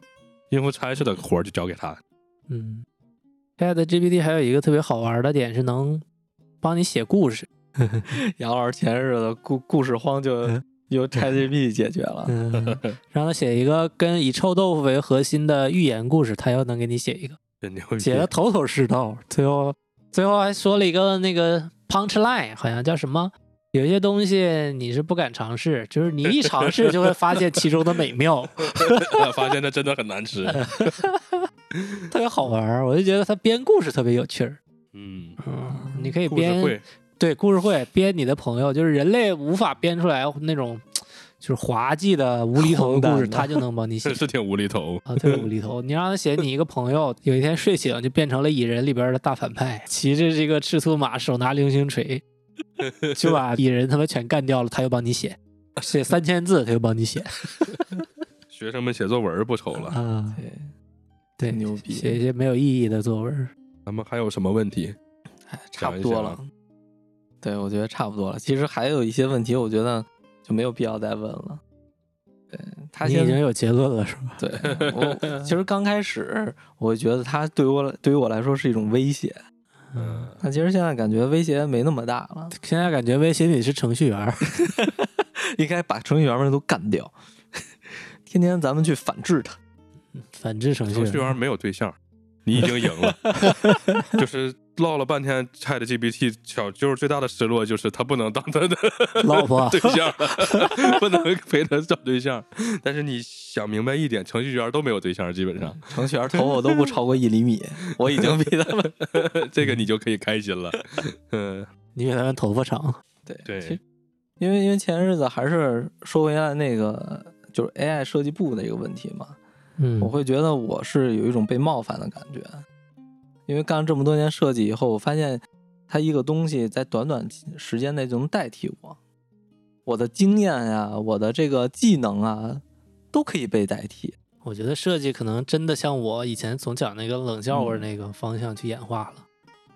[SPEAKER 3] 应付差事的活儿就交给他。
[SPEAKER 2] 嗯，Chat GPT 还有一个特别好玩的点是能帮你写故事。
[SPEAKER 1] 杨老师前日的故故事荒就由 ChatGPT 解决了。
[SPEAKER 2] 嗯，让他写一个跟以臭豆腐为核心的寓言故事，他又能给你写一个，
[SPEAKER 3] 真牛逼
[SPEAKER 2] 写！的头头是道，最后最后还说了一个那个 punch line，好像叫什么，有些东西你是不敢尝试，就是你一尝试就会发现其中的美 [laughs] 妙，
[SPEAKER 3] [laughs] 发现它真的很难
[SPEAKER 2] [laughs]
[SPEAKER 3] 吃。
[SPEAKER 2] 特别好玩儿。我就觉得他编故事特别有趣儿，
[SPEAKER 3] 嗯，
[SPEAKER 2] 嗯，你可以
[SPEAKER 3] 故事
[SPEAKER 2] 编
[SPEAKER 3] 会
[SPEAKER 2] 对故事会编你的朋友，就是人类无法编出来那种就是滑稽的无厘头的故
[SPEAKER 1] 荒诞
[SPEAKER 2] 事，
[SPEAKER 1] 的
[SPEAKER 2] 他就能帮你写
[SPEAKER 3] 是。是挺无厘头。
[SPEAKER 2] 啊，特别无厘头。 [laughs] 你让他写你一个朋友，有一天睡醒就变成了蚁人里边的大反派，骑着这个赤兔马，手拿流星锤，就把蚁人他们全干掉了，他又帮你写，写三千字他又帮你写
[SPEAKER 3] 学生们写作文儿不愁了，
[SPEAKER 2] 啊，
[SPEAKER 1] 对，
[SPEAKER 2] 对，
[SPEAKER 1] 牛逼
[SPEAKER 2] 写一些没有意义的作文。
[SPEAKER 3] 咱们还有什么问题？
[SPEAKER 1] 哎，差不
[SPEAKER 3] 讲一
[SPEAKER 1] 多
[SPEAKER 3] 讲
[SPEAKER 1] 了。对，我觉得差不多了。其实还有一些问题，我觉得就没有必要再问了。对他
[SPEAKER 2] 你
[SPEAKER 1] 现
[SPEAKER 2] 已经
[SPEAKER 1] 在
[SPEAKER 2] 有结论了是
[SPEAKER 1] [laughs]
[SPEAKER 2] [laughs] 吧？
[SPEAKER 1] 对我，其实刚开始我觉得他对我来对于我来说是一种威胁，
[SPEAKER 2] 嗯，
[SPEAKER 1] 但其实现在感觉威胁没那么大了，
[SPEAKER 2] 现在感觉微信里是程序员儿， [laughs]
[SPEAKER 1] 应该把程序员们都干掉， [laughs] 天天咱们去反制他。
[SPEAKER 2] 反制程序
[SPEAKER 3] 程序
[SPEAKER 2] 员儿。
[SPEAKER 3] 员没有对象，你已经赢了。就是唠了半天 Chat GPT，小就是最大的失落就是他不能当他的
[SPEAKER 5] 老婆
[SPEAKER 2] [laughs]
[SPEAKER 3] 对象了，不能陪他找对象。但是你想明白一点，程序员都没有对象，基本上
[SPEAKER 1] 程序员头发都不超过一厘米，我已经比他们
[SPEAKER 3] 这个你就可以开心了。嗯，
[SPEAKER 5] 你比他们头发长，
[SPEAKER 1] 对
[SPEAKER 3] 对
[SPEAKER 1] 其实因为因为前日子还是说回来那个就是 AI 设计部的一个问题嘛，
[SPEAKER 2] 嗯
[SPEAKER 1] 我会觉得我是有一种被冒犯的感觉，因为干了这么多年设计以后，我发现它一个东西在短短时间内就能代替我，我的经验呀，我的这个技能啊，都可以被代替。
[SPEAKER 2] 我觉得设计可能真的像我以前总讲那个冷笑
[SPEAKER 1] 嗯
[SPEAKER 2] 话那个方向去演化了。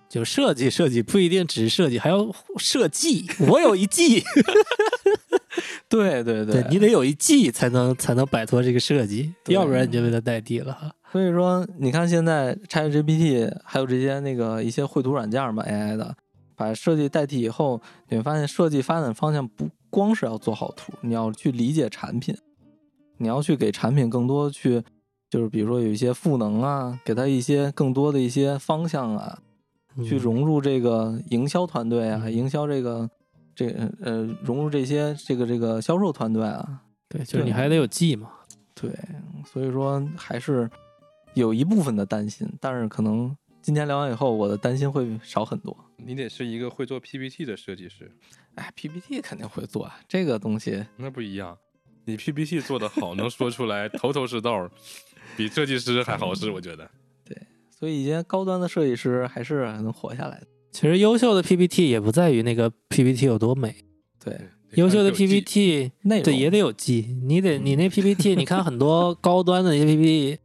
[SPEAKER 2] 就设计，设计不一定只是设计，还要设计。我有一计，
[SPEAKER 1] 对 [laughs] 对
[SPEAKER 2] 对你得有一计才能才能摆脱这个设计，
[SPEAKER 1] 对嗯
[SPEAKER 2] 要不然你就被它代替了哈。
[SPEAKER 1] 所以说，你看现在 ChatGPT 还有这些那个一些绘图软件儿嘛 AI 的，把设计代替以后，你会发现设计发展方向不光是要做好图，你要去理解产品，你要去给产品更多去，就是比如说有一些赋能啊，给它一些更多的一些方向啊，
[SPEAKER 2] 嗯
[SPEAKER 1] 去融入这个营销团队啊，营销这个这呃融入这些这个这个销售团队啊，
[SPEAKER 2] 对，就是你还得有计嘛。
[SPEAKER 1] 对，所以说还是有一部分的担心，但是可能今天聊完以后，我的担心会少很多。
[SPEAKER 3] 你得是一个会做 PPT 的设计师，
[SPEAKER 1] 哎，PPT 肯定会做啊，这个东西
[SPEAKER 3] 那不一样。你 PPT 做得好，能说出来头头是道儿，比设计师还好使，我觉得。
[SPEAKER 1] 所以一些高端的设计师还是能活下来的。
[SPEAKER 2] 其实优秀的 PPT 也不在于那个 PPT 有多美，
[SPEAKER 1] 对，
[SPEAKER 2] 优秀的
[SPEAKER 3] 有技
[SPEAKER 2] PPT
[SPEAKER 1] 内容嗯
[SPEAKER 2] 对也得有技，你得你那 PPT，你看很多高端的那些 PPT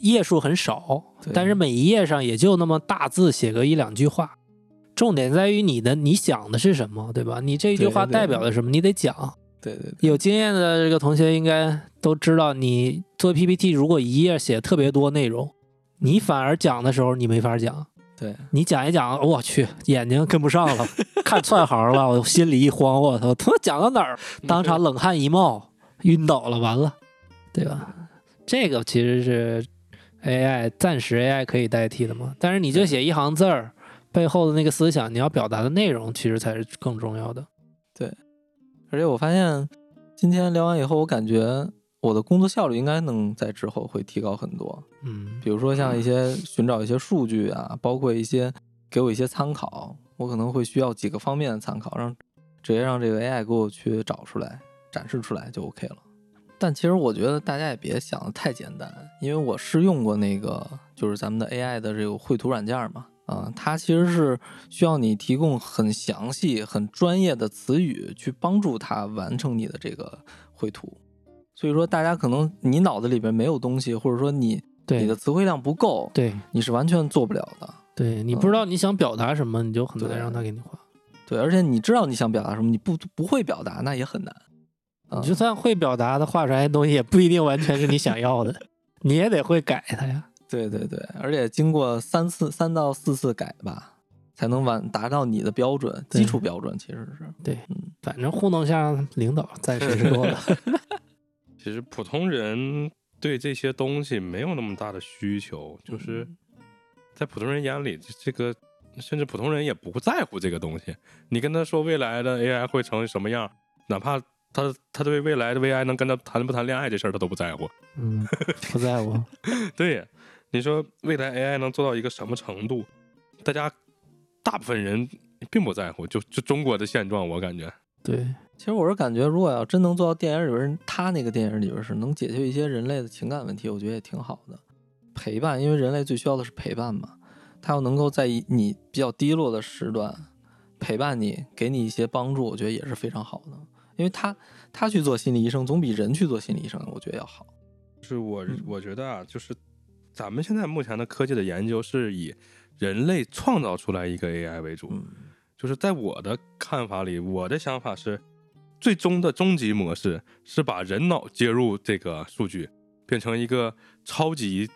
[SPEAKER 2] 页数很少
[SPEAKER 1] 对，
[SPEAKER 2] 但是每一页上也就那么大字写个一两句话，重点在于你的你想的是什么，对吧？你这一句
[SPEAKER 1] 对
[SPEAKER 2] 话
[SPEAKER 1] 对
[SPEAKER 2] 代表了什么，你得讲。
[SPEAKER 1] 对对对
[SPEAKER 2] 有经验的这个同学应该都知道，你做 PPT 如果一页写特别多内容，你反而讲的时候你没法讲。
[SPEAKER 1] 对，
[SPEAKER 2] 你讲一讲，我去，眼睛跟不上
[SPEAKER 1] [laughs]
[SPEAKER 2] 了，看串行了，我心里一慌，我操，他妈讲到哪儿？
[SPEAKER 1] 嗯
[SPEAKER 2] 当场冷汗一冒，晕倒了，完了，对吧？这个其实是 AI 暂时 AI 可以代替的嘛，但是你就写一行字儿，背后的那个思想，你要表达的内容，其实才是更重要的。
[SPEAKER 1] 而且我发现今天聊完以后，我感觉我的工作效率应该能在之后会提高很多。
[SPEAKER 2] 嗯，
[SPEAKER 1] 比如说像一些寻找一些数据啊，包括一些给我一些参考，我可能会需要几个方面的参考，让直接让这个 AI 给我去找出来、展示出来就 OK 了。但其实我觉得大家也别想的太简单，因为我试用过那个就是咱们的 AI 的这个绘图软件嘛，啊、它其实是需要你提供很详细、很专业的词语去帮助它完成你的这个绘图。所以说，大家可能你脑子里边没有东西，或者说你你
[SPEAKER 2] 对
[SPEAKER 1] 的词汇量不够，
[SPEAKER 2] 对
[SPEAKER 1] 你是完全做不了的。
[SPEAKER 2] 对，你不知道你想表达什么，你就很难
[SPEAKER 1] 对
[SPEAKER 2] 让他给你画。
[SPEAKER 1] 对，而且你知道你想表达什么，你不不会表达，那也很难。啊、
[SPEAKER 2] 你就算会表达的，画出来的东西也不一定完全是你想
[SPEAKER 1] [laughs]
[SPEAKER 2] 要的，你也得会改它呀。
[SPEAKER 1] 嗯对对对，而且经过三次三到四次改吧，才能完达到你的标准，
[SPEAKER 2] 对
[SPEAKER 1] 基础标准其实是
[SPEAKER 2] 反正糊弄下领导暂时是够了。 [laughs]
[SPEAKER 3] 其实普通人对这些东西没有那么大的需求，就是在普通人眼里，这这个甚至普通人也不在乎这个东西。你跟他说未来的 AI 会成什么样，哪怕他他对未来的 AI 能跟他谈不谈恋爱这事儿他都不在乎。 [laughs]
[SPEAKER 2] 嗯，不在乎。
[SPEAKER 3] 对，你说未来 AI 能做到一个什么程度，大家大部分人并不在乎，就就中国的现状，我感觉。
[SPEAKER 2] [laughs] 对，
[SPEAKER 1] 其实我是感觉，如果要真能做到电影里边儿，他那个电影里边儿是能解决一些人类的情感问题，我觉得也挺好的。陪伴，因为人类最需要的是陪伴嘛。他要能够在一你比较低落的时段陪伴你，给你一些帮助，我觉得也是非常好的。因为他他去做心理医生，总比人去做心理医生，我觉得要好。
[SPEAKER 3] 就是我
[SPEAKER 1] 嗯
[SPEAKER 3] 我觉得啊，就是咱们现在目前的科技的研究是以人类创造出来一个 AI 为主。
[SPEAKER 1] 嗯，
[SPEAKER 3] 就是在我的看法里，我的想法是，最终的终极模式是把人脑接入这个数据，变成一个超级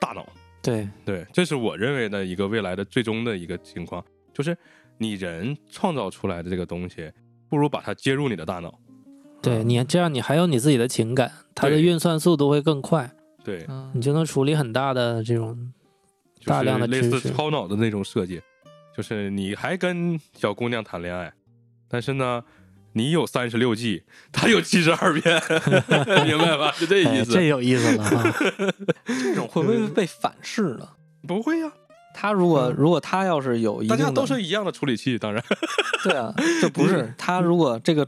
[SPEAKER 3] 大脑。
[SPEAKER 2] 对，
[SPEAKER 3] 对，这是我认为的一个未来的最终的一个情况，就是你人创造出来的这个东西，不如把它接入你的大脑。
[SPEAKER 2] 对你这样，你还有你自己的情感，它的
[SPEAKER 3] 对
[SPEAKER 2] 运算速度会更快，
[SPEAKER 3] 对，
[SPEAKER 1] 嗯
[SPEAKER 2] 你就能处理很大的这种
[SPEAKER 3] 就是
[SPEAKER 2] 大量的
[SPEAKER 3] 类
[SPEAKER 2] 知
[SPEAKER 3] 似
[SPEAKER 2] 识
[SPEAKER 3] 超脑的那种设计。就是你还跟小姑娘谈恋爱，但是呢，你有三十六计，她有七十二变，明白吧？是这意
[SPEAKER 5] 哎，
[SPEAKER 3] 思
[SPEAKER 5] 这？有意思了啊！
[SPEAKER 3] [laughs]
[SPEAKER 1] 这种会不会被反噬呢？
[SPEAKER 3] 不会呀，
[SPEAKER 1] 他如果如果他要是有一
[SPEAKER 3] 嗯大
[SPEAKER 1] 定
[SPEAKER 3] 家
[SPEAKER 1] 的，
[SPEAKER 3] 都是一样的处理器，当然
[SPEAKER 1] 对啊，这不是他如果这个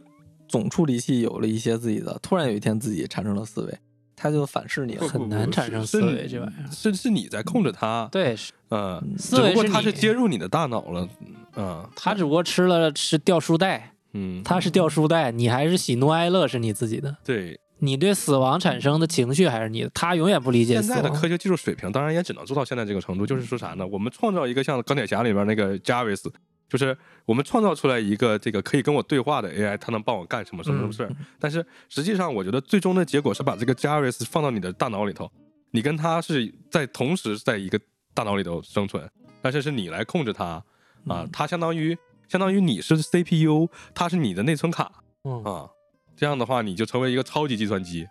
[SPEAKER 1] 总处理器有了一些自己的，突然有一天自己产生了思维，他就反噬你了。
[SPEAKER 2] 很难产生思维这玩意儿
[SPEAKER 3] 是是你在控制它，
[SPEAKER 2] 对，
[SPEAKER 3] 嗯，
[SPEAKER 2] 思维
[SPEAKER 3] 只不
[SPEAKER 2] 是
[SPEAKER 3] 过它
[SPEAKER 2] 你
[SPEAKER 3] 是接入你的大脑了，嗯
[SPEAKER 2] 他只不过吃了是掉书袋，
[SPEAKER 3] 嗯，
[SPEAKER 2] 他是掉书袋，你还是喜怒哀乐是你自己的，
[SPEAKER 3] 对
[SPEAKER 2] 你对死亡产生的情绪还是你的，他永远不理解
[SPEAKER 3] 现
[SPEAKER 2] 死
[SPEAKER 3] 在的科
[SPEAKER 2] 亡。
[SPEAKER 3] 学技术水平，当然也只能做到现在这个程度。就是说啥呢？我们创造一个像钢铁侠里边那个 Jarvis，就是我们创造出来一个这个可以跟我对话的 AI，它能帮我干什么什么什么
[SPEAKER 2] 嗯
[SPEAKER 3] 事儿。但是实际上，我觉得最终的结果是把这个 Jarvis 放到你的大脑里头，你跟它是在同时在一个大脑里头生存，但是是你来控制它
[SPEAKER 2] 嗯
[SPEAKER 3] 啊，它相当于相当于你是 CPU，它是你的内存卡。
[SPEAKER 2] 嗯
[SPEAKER 3] 啊，这样的话你就成为一个超级计算机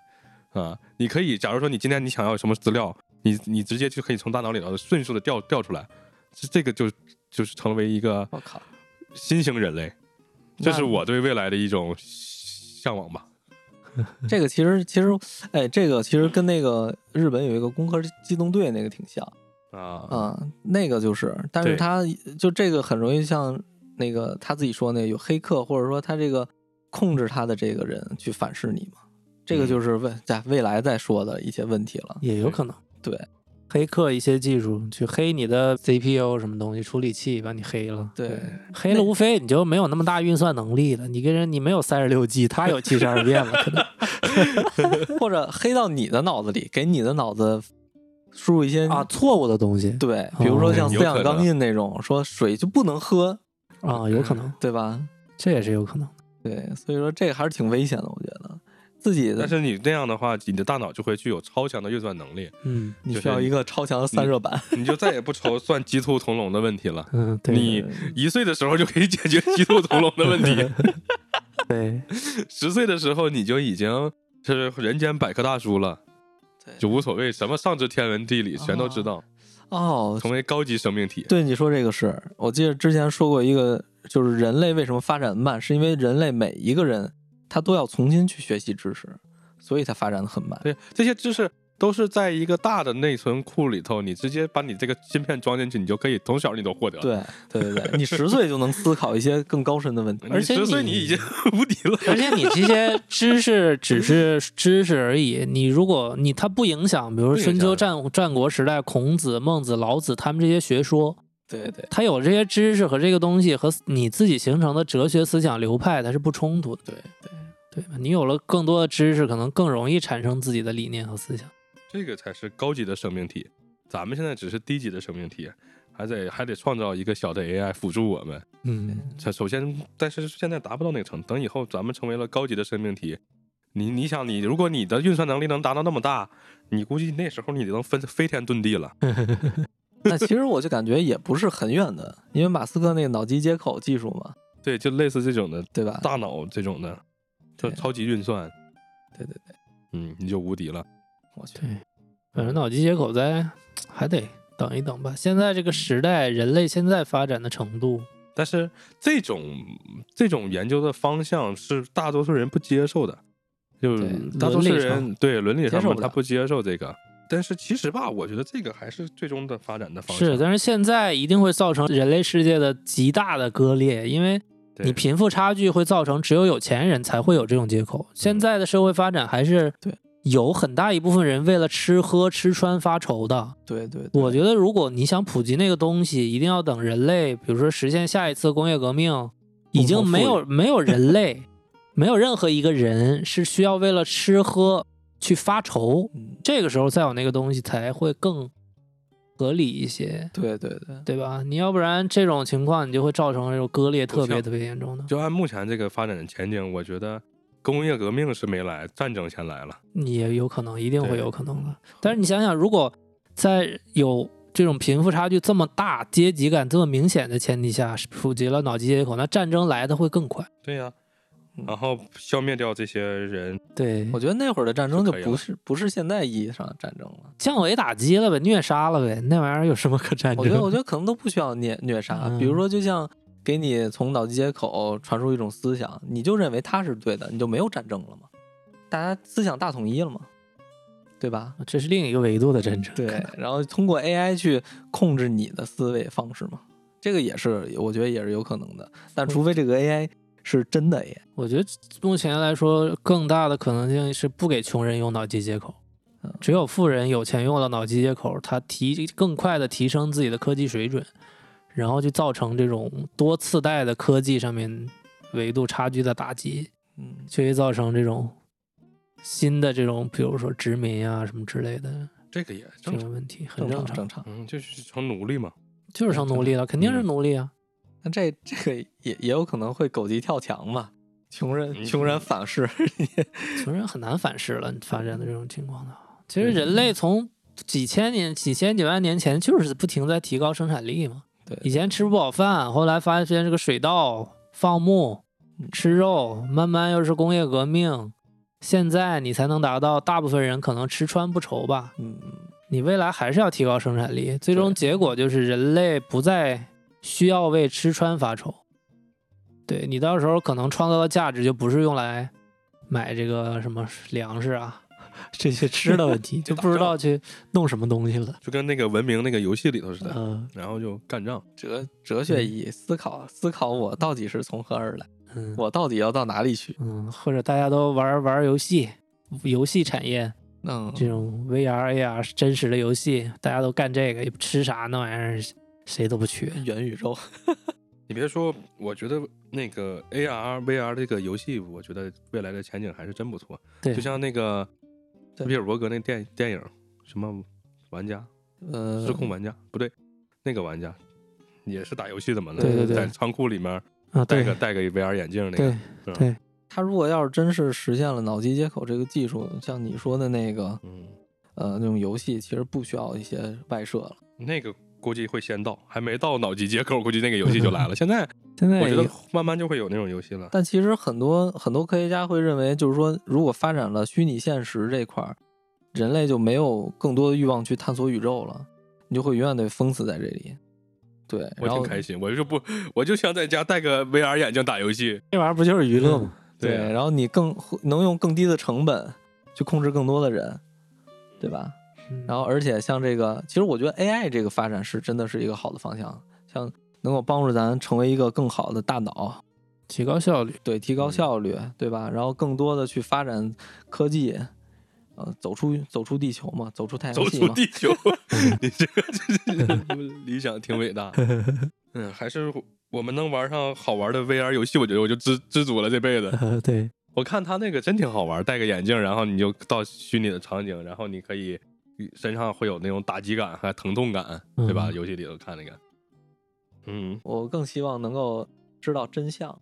[SPEAKER 3] 啊！你可以，假如说你今天你想要什么资料，你你直接就可以从大脑里头迅速的调调出来，这这个就就是成为一个
[SPEAKER 1] 我靠，
[SPEAKER 3] 新型人类，这是我对未来的一种向往吧。嗯
[SPEAKER 1] 这个其实其实，哎，这个其实跟那个日本有一个《攻壳机动队》那个挺像
[SPEAKER 3] 啊，
[SPEAKER 1] 啊、那个就是，但是
[SPEAKER 3] 对
[SPEAKER 1] 他就这个很容易像那个他自己说那个有黑客，或者说他这个控制他的这个人去反噬你嘛，这个
[SPEAKER 3] 嗯
[SPEAKER 1] 就是未在未来再说的一些问题了。
[SPEAKER 2] 也有可能。
[SPEAKER 1] 对，
[SPEAKER 2] 黑客一些技术去黑你的 CPU 什么东西，处理器把你黑了。
[SPEAKER 1] 对，
[SPEAKER 2] 黑了无非你就没有那么大运算能力了。你跟人你没有三十六计，他有七十 [laughs] 二变了，可能
[SPEAKER 1] 或者黑到你的脑子里，给你的脑子输入一些
[SPEAKER 2] 啊，错误的东西
[SPEAKER 1] 对，比如说像
[SPEAKER 3] 哦
[SPEAKER 1] 思
[SPEAKER 3] 有
[SPEAKER 1] 想
[SPEAKER 3] 可
[SPEAKER 1] 钢
[SPEAKER 3] 能
[SPEAKER 1] 印那种，说水就不能喝，
[SPEAKER 2] 啊，有可能，
[SPEAKER 1] 对吧？
[SPEAKER 2] 这也是有可能。
[SPEAKER 1] 对，所以说这个还是挺危险的，我觉得自己
[SPEAKER 3] 但
[SPEAKER 1] 的
[SPEAKER 3] 是你这样的话，你的大脑就会具有超强的运算能力，
[SPEAKER 2] 嗯
[SPEAKER 1] 你
[SPEAKER 3] 就
[SPEAKER 1] 需要
[SPEAKER 3] 是
[SPEAKER 1] 一个超强的散热板，
[SPEAKER 3] 你就再也不愁算鸡兔同笼的问题了。
[SPEAKER 2] 嗯，对，
[SPEAKER 3] 你一岁的时候就可以解决鸡兔同笼的问题。
[SPEAKER 2] 对，
[SPEAKER 3] 十岁的时候你就已经是人间百科大叔了，
[SPEAKER 1] 对
[SPEAKER 3] 就无所谓，什么上知天文地理全都知道，
[SPEAKER 1] 哦。
[SPEAKER 3] 成为高级生命体。
[SPEAKER 1] 对你说这个是，我记得之前说过一个，就是人类为什么发展慢，是因为人类每一个人他都要重新去学习知识，所以才发展的很慢。
[SPEAKER 3] 对，这些知识都是在一个大的内存库里头，你直接把你这个芯片装进去，你就可以从小你都获得。，
[SPEAKER 1] 对对对对，你十岁就能思考一些更高深的问题，
[SPEAKER 2] 而且
[SPEAKER 3] 十岁
[SPEAKER 2] 你
[SPEAKER 3] 你已经 [laughs] 无敌了。
[SPEAKER 2] 而且你这些知识只是知识而已，你如果你它不影响，比如说
[SPEAKER 3] 不影
[SPEAKER 2] 春秋
[SPEAKER 3] 响
[SPEAKER 2] 战战国时代孔子、孟子、老子他们这些学说，
[SPEAKER 1] 对对
[SPEAKER 2] 他有这些知识和这个东西和你自己形成的哲学思想流派，它是不冲突的，
[SPEAKER 1] 对对，
[SPEAKER 2] 对吧？你有了更多的知识，可能更容易产生自己的理念和思想。
[SPEAKER 3] 这个才是高级的生命体，咱们现在只是低级的生命体，还得还得创造一个小的 AI 辅助我们。
[SPEAKER 2] 嗯，
[SPEAKER 3] 首首先，但是现在达不到那个程度。等以后咱们成为了高级的生命体，你你想你，如果你的运算能力能达到那么大，你估计那时候你能分飞天遁地了。
[SPEAKER 1] [laughs] 那其实我就感觉也不是很远的，因为马斯克那个脑机接口技术嘛，
[SPEAKER 3] 对，就类似这种的
[SPEAKER 1] 对吧？
[SPEAKER 3] 大脑这种的，就
[SPEAKER 1] 对
[SPEAKER 3] 超级运算，
[SPEAKER 1] 对对对，
[SPEAKER 3] 嗯，你就无敌了。
[SPEAKER 1] 我去，
[SPEAKER 2] 对，反正脑机接口在还得等一等吧。现在这个时代，人类现在发展的程度，
[SPEAKER 3] 但是这种这种研究的方向是大多数人不接受的，就是
[SPEAKER 1] 对
[SPEAKER 3] 大多数
[SPEAKER 2] 伦理
[SPEAKER 3] 人对伦理
[SPEAKER 1] 接
[SPEAKER 3] 上
[SPEAKER 1] 受
[SPEAKER 3] 面
[SPEAKER 1] 不
[SPEAKER 3] 他
[SPEAKER 1] 了
[SPEAKER 3] 不接受这个。但是其实吧，我觉得这个还是最终的发展的方向。
[SPEAKER 2] 是，但是现在一定会造成人类世界的极大的割裂，因为
[SPEAKER 3] 对
[SPEAKER 2] 你贫富差距会造成只有有钱人才会有这种接口。现在的社会发展还是
[SPEAKER 1] 对
[SPEAKER 2] 有很大一部分人为了吃喝吃穿发愁的。
[SPEAKER 1] 对对，对
[SPEAKER 2] 我觉得，如果你想普及那个东西，一定要等人类，比如说实现下一次工业革命，已经没有没有人类，没有任何一个人是需要为了吃喝去发愁，
[SPEAKER 1] 嗯，
[SPEAKER 2] 这个时候再有那个东西才会更合理一些。
[SPEAKER 1] 对对对，
[SPEAKER 2] 对吧？你要不然这种情况，你就会造成这种割裂
[SPEAKER 3] 不
[SPEAKER 2] 特别
[SPEAKER 3] 像
[SPEAKER 2] 特别严重的。
[SPEAKER 3] 就按目前这个发展的前景，我觉得工业革命是没来，战争先来了。
[SPEAKER 2] 也有可能，一定会
[SPEAKER 3] 对
[SPEAKER 2] 有可能的。但是你想想，如果在有这种贫富差距这么大、阶级感这么明显的前提下，普及了脑机接口，那战争来的会更快。
[SPEAKER 3] 对呀、嗯然后消灭掉这些人，
[SPEAKER 2] 对，
[SPEAKER 1] 我觉得那会儿的战争就
[SPEAKER 3] 就可以
[SPEAKER 1] 不
[SPEAKER 3] 了
[SPEAKER 1] 是不是现在意义上的战争了。
[SPEAKER 2] 降维打击了呗，虐杀了呗，那玩意儿有什么可战
[SPEAKER 1] 我
[SPEAKER 2] 争？
[SPEAKER 1] 觉得，我觉得可能都不需要虐虐杀，比如
[SPEAKER 2] 嗯
[SPEAKER 1] 说，就像给你从脑机接口传输一种思想，你就认为它是对的，你就没有战争了嘛，大家思想大统一了嘛，对吧？
[SPEAKER 2] 这是另一个维度的战争。
[SPEAKER 1] 对，然后通过 AI 去控制你的思维方式嘛，这个也是我觉得也是有可能的，但除非这个 AI 是真的 AI，
[SPEAKER 2] 我觉得目前来说，更大的可能性是不给穷人用脑机接口
[SPEAKER 1] 嗯，
[SPEAKER 2] 只有富人有钱用了脑机接口，他提更快的提升自己的科技水准，然后就造成这种多次代的科技上面维度差距的打击，
[SPEAKER 1] 嗯，
[SPEAKER 2] 就会造成这种新的这种，比如说殖民啊什么之类的
[SPEAKER 3] 这个也
[SPEAKER 2] 这
[SPEAKER 3] 正常。
[SPEAKER 2] 个问题，很
[SPEAKER 1] 正
[SPEAKER 2] 正
[SPEAKER 1] 常正常。
[SPEAKER 3] 嗯，就是成奴隶嘛。
[SPEAKER 2] 就是成奴隶了，肯定
[SPEAKER 1] 嗯
[SPEAKER 2] 是奴隶啊。
[SPEAKER 1] 那这这个也也有可能会狗急跳墙嘛，穷人
[SPEAKER 3] 嗯
[SPEAKER 1] 穷人反噬，
[SPEAKER 2] 穷人很难反噬了，发展的这种情况的话，其实人类从几千年、几千几万年前就是不停在提高生产力嘛。
[SPEAKER 1] [laughs] 对
[SPEAKER 2] 以前吃不饱饭，后来发现这个水稻、放牧、吃肉，慢慢又是工业革命，现在你才能达到大部分人可能吃穿不愁吧。
[SPEAKER 1] 嗯，
[SPEAKER 2] 你未来还是要提高生产力，最终
[SPEAKER 1] 对
[SPEAKER 2] 结果就是人类不再需要为吃穿发愁。对你到时候可能创造的价值就不是用来买这个什么粮食啊这些吃
[SPEAKER 1] [laughs]
[SPEAKER 2] 的问题， [laughs] 就不知道去弄什么东西了。
[SPEAKER 3] 就跟那个文明那个游戏里头似的，
[SPEAKER 2] 嗯
[SPEAKER 3] 然后就干仗。
[SPEAKER 1] 哲哲学意义思考思考我到底是从何而来，
[SPEAKER 2] 嗯
[SPEAKER 1] 我到底要到哪里去？
[SPEAKER 2] 嗯，或者大家都玩玩游戏，游戏产业
[SPEAKER 1] 嗯，
[SPEAKER 2] 这种 VR AR 真实的游戏，大家都干这个，也不吃啥那玩意儿，谁都不缺。
[SPEAKER 1] 元宇宙，
[SPEAKER 3] 你别说，我觉得那个 AR、VR 这个游戏，我觉得未来的前景还是真不错。
[SPEAKER 2] 对，
[SPEAKER 3] 就像那个
[SPEAKER 1] 对
[SPEAKER 3] 比尔伯格那电电影，什么玩家、
[SPEAKER 1] 呃，
[SPEAKER 2] 嗯
[SPEAKER 3] 失控玩家，不对，那个玩家也是打游戏的嘛，
[SPEAKER 2] 对
[SPEAKER 3] 那
[SPEAKER 2] 对对
[SPEAKER 3] 在仓库里面
[SPEAKER 2] 啊，
[SPEAKER 3] 戴
[SPEAKER 2] 对
[SPEAKER 3] 个戴个 VR 眼镜那个
[SPEAKER 2] 对，
[SPEAKER 3] 是吧
[SPEAKER 2] 对
[SPEAKER 1] 他如果要是真是实现了脑机接口这个技术，像你说的那个
[SPEAKER 3] 嗯，
[SPEAKER 1] 呃那种游戏，其实不需要一些外设了。
[SPEAKER 3] 那个估计会先到，还没到脑机接口，估计那个游戏就来了。现
[SPEAKER 1] [laughs]
[SPEAKER 3] 在
[SPEAKER 2] 现在
[SPEAKER 3] 我觉
[SPEAKER 2] 也
[SPEAKER 3] 得慢慢就会有那种游戏了。
[SPEAKER 1] 但其实很多很多科学家会认为，就是说，如果发展了虚拟现实这块儿，人类就没有更多的欲望去探索宇宙了，你就会永远得封死在这里。对，
[SPEAKER 3] 我
[SPEAKER 1] 然后
[SPEAKER 3] 挺开心，我就不，我就想在家戴个 VR 眼镜打游戏。
[SPEAKER 2] 这玩意儿不就是娱乐吗？
[SPEAKER 1] 对，
[SPEAKER 3] 啊
[SPEAKER 1] 然后你更能用更低的成本去控制更多的人，对吧？
[SPEAKER 2] 嗯
[SPEAKER 1] 然后而且像这个，其实我觉得 AI 这个发展是真的是一个好的方向，像能够帮助咱成为一个更好的大脑，
[SPEAKER 2] 提高效 [laughs] 率。
[SPEAKER 1] 对，提高
[SPEAKER 3] 嗯
[SPEAKER 1] 效率，对吧？然后更多的去发展科技，呃，走出走出地球嘛，走出太
[SPEAKER 3] 走
[SPEAKER 1] 阳系
[SPEAKER 3] 出
[SPEAKER 1] 嘛，
[SPEAKER 3] 地
[SPEAKER 1] [laughs]
[SPEAKER 3] 球，你这个这理想 [laughs] 挺伟大。嗯，还是我们能玩上好玩的 VR 游戏，我觉得我就知知足了这辈子。
[SPEAKER 2] 呃，对，
[SPEAKER 3] 我看他那个真挺好玩，戴个眼镜，然后你就到虚拟的场景，然后你可以身上会有那种打击感和疼痛感，对吧？
[SPEAKER 2] 嗯
[SPEAKER 3] 游戏里头看那个，嗯，
[SPEAKER 1] 我更希望能够知道真相，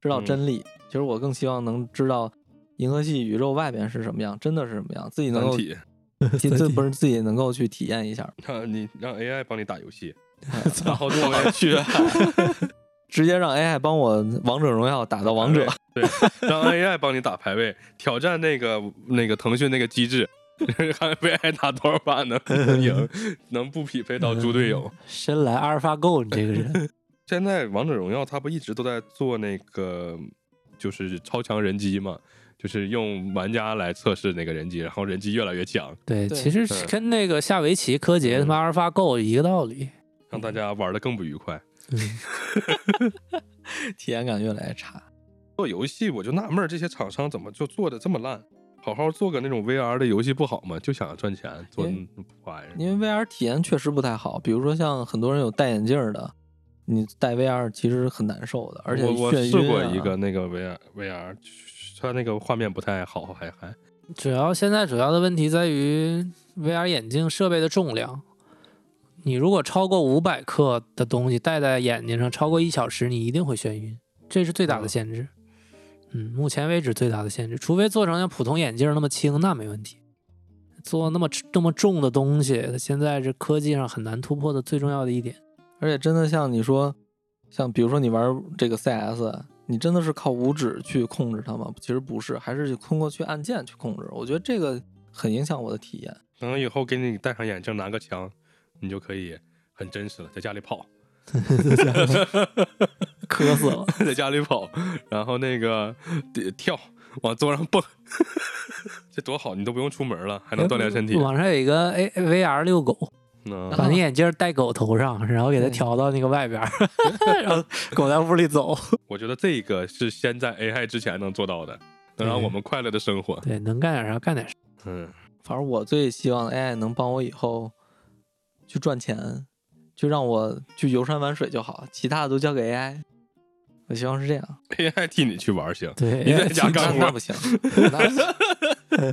[SPEAKER 1] 知道
[SPEAKER 3] 嗯
[SPEAKER 1] 真理。其实我更希望能知道银河系宇宙外边是什么样，真的是什么样，自己能
[SPEAKER 3] 难
[SPEAKER 1] 够
[SPEAKER 3] 体， [laughs]
[SPEAKER 1] 亲自不是自己能够去体验一下，哎
[SPEAKER 3] 让你让 AI 帮你打游戏，然后作
[SPEAKER 1] [laughs]
[SPEAKER 3] 为去
[SPEAKER 1] 直接让 AI 帮我王者荣耀打到王者。
[SPEAKER 3] [laughs] 对，让 AI 帮你打排位，挑战那个那个腾讯那个机制， [laughs] 看被 AI 打多少把
[SPEAKER 1] [laughs]
[SPEAKER 3] 能能赢，能不匹配到猪队友。
[SPEAKER 2] [laughs] 深蓝阿尔法 Go，你这个 [laughs] 人，
[SPEAKER 3] 现在王者荣耀它不一直都在做那个就是超强人机嘛，就是用玩家来测试那个人机，然后人机越来越强，
[SPEAKER 2] 对，嗯
[SPEAKER 1] 对
[SPEAKER 2] 其实
[SPEAKER 3] 对
[SPEAKER 2] 跟那个下围棋柯洁他妈阿尔法 Go 一个道理。
[SPEAKER 3] 让大家玩的更不愉快。
[SPEAKER 1] 体验感越来越差。
[SPEAKER 3] 做游戏我就纳闷儿，这些厂商怎么就做的这么烂？好好做个那种 VR 的游戏不好吗？就想赚钱做
[SPEAKER 1] 因
[SPEAKER 3] 那玩意儿。
[SPEAKER 1] 因为 VR 体验确实不太好，比如说像很多人有戴眼镜儿的，你戴 VR 其实很难受的，而且
[SPEAKER 3] 我我
[SPEAKER 1] 眩
[SPEAKER 3] 试
[SPEAKER 1] 晕
[SPEAKER 3] 过
[SPEAKER 1] 啊
[SPEAKER 3] 一个那个 VR VR，它那个画面不太好，还还
[SPEAKER 2] 主要现在主要的问题在于 VR 眼镜设备的重量。你如果超过五百克的东西戴在眼睛上超过一小时，你一定会眩晕，这是最大的限制。嗯，目前为止最大的限制，除非做成像普通眼镜那么轻，那没问题。做那么那么重的东西，现在是科技上很难突破的最重要的一点。
[SPEAKER 1] 而且真的像你说，像比如说你玩这个 CS，你真的是靠五指去控制它吗？其实不是，还是通过去按键去控制。我觉得这个很影响我的体验。
[SPEAKER 3] 等以后给你戴上眼镜，拿个枪，你就可以很真实了，在家里跑，
[SPEAKER 5] 磕死了。
[SPEAKER 3] [laughs] 在家里跑，然后那个得跳，往桌上蹦， [laughs] 这多好！你都不用出门了，还能锻炼身体。
[SPEAKER 2] 网上有一个 A VR 遛狗，
[SPEAKER 3] 嗯，
[SPEAKER 2] 把那眼镜戴狗头上，然后给它
[SPEAKER 1] 对
[SPEAKER 2] 调到那个外边 [laughs] 儿，
[SPEAKER 5] 然后狗在屋里走，
[SPEAKER 3] 我觉得这个是先在 AI 之前能做到的，能让我们快乐的生活。
[SPEAKER 2] [laughs] 对，能干点啥干点啥。
[SPEAKER 3] 嗯，
[SPEAKER 1] 反正我最希望 AI 能帮我以后去赚钱，就让我去游山玩水就好，其他的都交给 AI。我希望是这样。
[SPEAKER 3] AI 替你去玩儿行
[SPEAKER 2] 对，
[SPEAKER 3] 你在家
[SPEAKER 2] [laughs]
[SPEAKER 3] 干
[SPEAKER 1] 那那
[SPEAKER 3] 活
[SPEAKER 1] 不行，那不行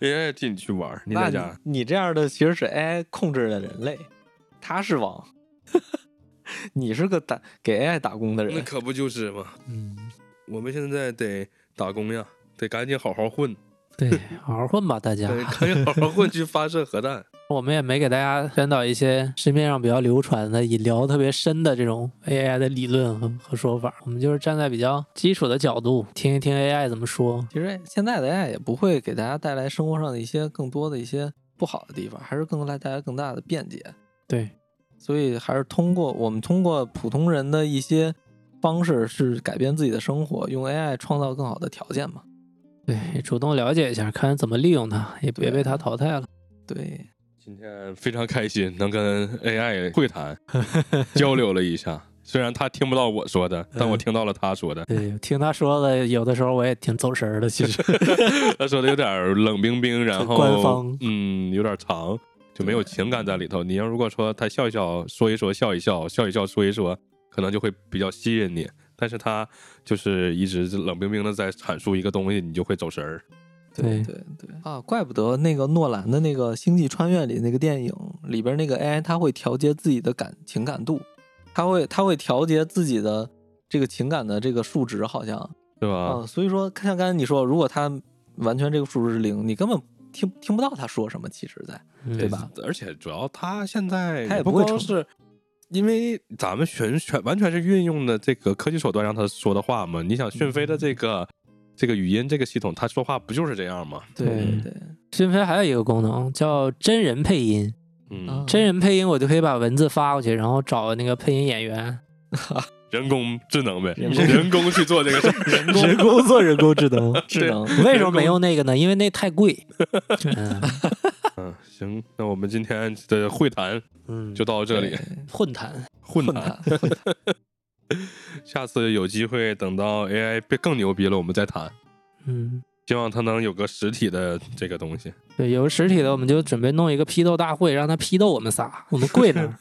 [SPEAKER 3] ，AI 替你去玩儿，你
[SPEAKER 1] 那
[SPEAKER 3] 在
[SPEAKER 1] 你
[SPEAKER 3] 家
[SPEAKER 1] 你这样的其实是 AI 控制的人类，他是王， [laughs] 你是个打给 AI 打工的
[SPEAKER 3] 那
[SPEAKER 1] 人。
[SPEAKER 3] 可不就是吗？
[SPEAKER 2] 嗯，
[SPEAKER 3] 我们现在得打工呀，得赶紧好好混，
[SPEAKER 2] 对，好好混吧，大家。
[SPEAKER 3] 得赶紧好好混去发射核弹。
[SPEAKER 2] 我们也没给大家宣导一些市面上比较流传的、引聊特别深的这种 AI 的理论和和说法，我们就是站在比较基础的角度，听一听 AI 怎么说。
[SPEAKER 1] 其实现在的 AI 也不会给大家带来生活上的一些更多的一些不好的地方，还是更来带来更大的便捷。
[SPEAKER 2] 对，
[SPEAKER 1] 所以还是通过我们通过普通人的一些方式是改变自己的生活，用 AI 创造更好的条件嘛。
[SPEAKER 2] 对，主动了解一下，看怎么利用它，也别
[SPEAKER 1] 对
[SPEAKER 2] 被它淘汰了。
[SPEAKER 1] 对，
[SPEAKER 3] 今天非常开心，能跟 AI 会谈交流了一下。虽然他听不到我说的，但我
[SPEAKER 1] 嗯
[SPEAKER 3] 听到了他说 [laughs] 的。
[SPEAKER 2] 对，听他说的，有的时候我也挺走神儿的，其实。
[SPEAKER 3] 他说的有点冷冰冰，然后
[SPEAKER 2] 官方
[SPEAKER 3] 嗯，有点长，就没有情感在里头。你要如果说他笑一笑，说一说，笑一笑，笑一笑，说一说，可能就会比较吸引你。但是他就是一直冷冰冰的在阐述一个东西，你就会走神儿。
[SPEAKER 2] 对
[SPEAKER 1] 对对啊，怪不得那个诺兰的那个《星际穿越》里那个电影里边那个 AI，它会调节自己的感情感度，它会它会调节自己的这个情感的这个数值，好像
[SPEAKER 3] 对吧？
[SPEAKER 1] 啊，所以说像刚才你说，如果它完全这个数值是零，你根本听听不到他说什么，其实在
[SPEAKER 2] 嗯
[SPEAKER 1] 对吧？
[SPEAKER 3] 而且主要他现在
[SPEAKER 1] 他也
[SPEAKER 3] 不
[SPEAKER 1] 不会
[SPEAKER 3] 光
[SPEAKER 1] 成
[SPEAKER 3] 是因为咱们全全完全是运用的这个科技手段让他说的话嘛。你想讯飞的这个、这个语音这个系统，他说话不就是这样吗？
[SPEAKER 1] 对
[SPEAKER 2] 对
[SPEAKER 1] 对
[SPEAKER 2] 讯飞还有一个功能叫真人配音，
[SPEAKER 3] 嗯，
[SPEAKER 1] 啊
[SPEAKER 2] 真人配音我就可以把文字发过去，然后找那个配音演员。
[SPEAKER 3] 人工智能呗，
[SPEAKER 1] 人工
[SPEAKER 3] 人工去做这个事儿。人
[SPEAKER 5] 人工做人工智能，
[SPEAKER 1] 智能
[SPEAKER 2] [laughs] 为什么没用那个呢？因为那太贵。嗯
[SPEAKER 3] 嗯，行，那我们今天的会谈
[SPEAKER 2] 嗯，
[SPEAKER 3] 就到这里， [laughs] 啊
[SPEAKER 2] 混谈。
[SPEAKER 3] 混
[SPEAKER 1] 混
[SPEAKER 3] 谈。
[SPEAKER 1] 它。
[SPEAKER 3] 下次有机会等到 AI 变更牛逼了，我们再谈。
[SPEAKER 2] 嗯，
[SPEAKER 3] 希望它能有个实体的这个东西。 [laughs]
[SPEAKER 2] 对，有个实体的，我们就准备弄一个批斗大会，让他批斗我们仨，我们跪那儿，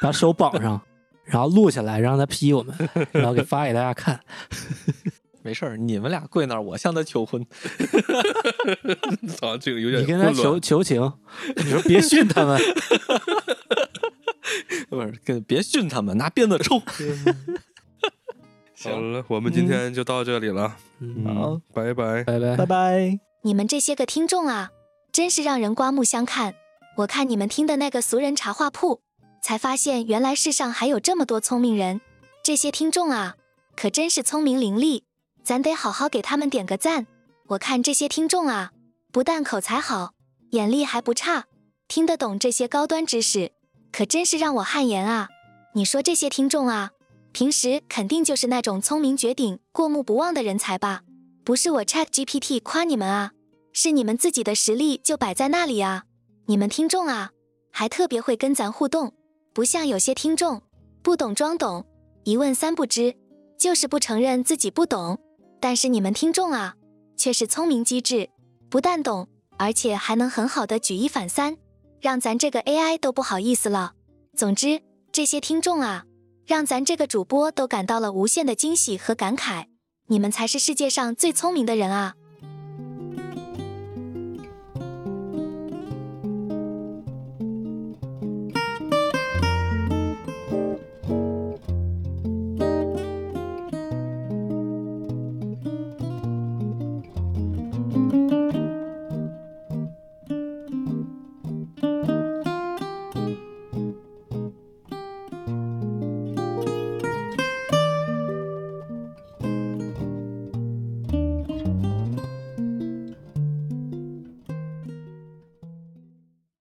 [SPEAKER 2] 把手绑上，然后录下来，让他批我们，然后给发给大家看。
[SPEAKER 1] 没事儿，你们俩跪那儿，我向他求婚。 [laughs]
[SPEAKER 3] 好啊像这个有点
[SPEAKER 2] 你跟
[SPEAKER 3] 混
[SPEAKER 2] 他
[SPEAKER 3] 乱。
[SPEAKER 2] 求求情，你说别训他们。
[SPEAKER 1] 不是，跟别训他们，拿鞭子抽。
[SPEAKER 3] 好了，我们今天就到这里了。
[SPEAKER 2] 嗯，
[SPEAKER 3] 嗯
[SPEAKER 1] 好，
[SPEAKER 3] 拜拜。
[SPEAKER 2] 拜拜
[SPEAKER 5] 拜。拜。
[SPEAKER 4] 你们这些个听众啊，真是让人刮目相看。我看你们听的那个俗人茶话铺，才发现原来世上还有这么多聪明人。这些听众啊，可真是聪明伶俐，咱得好好给他们点个赞。我看这些听众啊，不但口才好，眼力还不差，听得懂这些高端知识，可真是让我汗颜啊！你说这些听众啊，平时肯定就是那种聪明绝顶、过目不忘的人才吧？不是我 Chat GPT 夸你们啊，是你们自己的实力就摆在那里啊。你们听众啊，还特别会跟咱互动，不像有些听众不懂装懂，一问三不知，就是不承认自己不懂。但是你们听众啊，却是聪明机智，不但懂，而且还能很好的举一反三，让咱这个 AI 都不好意思了。总之，这些听众啊，让咱这个主播都感到了无限的惊喜和感慨。你们才是世界上最聪明的人啊！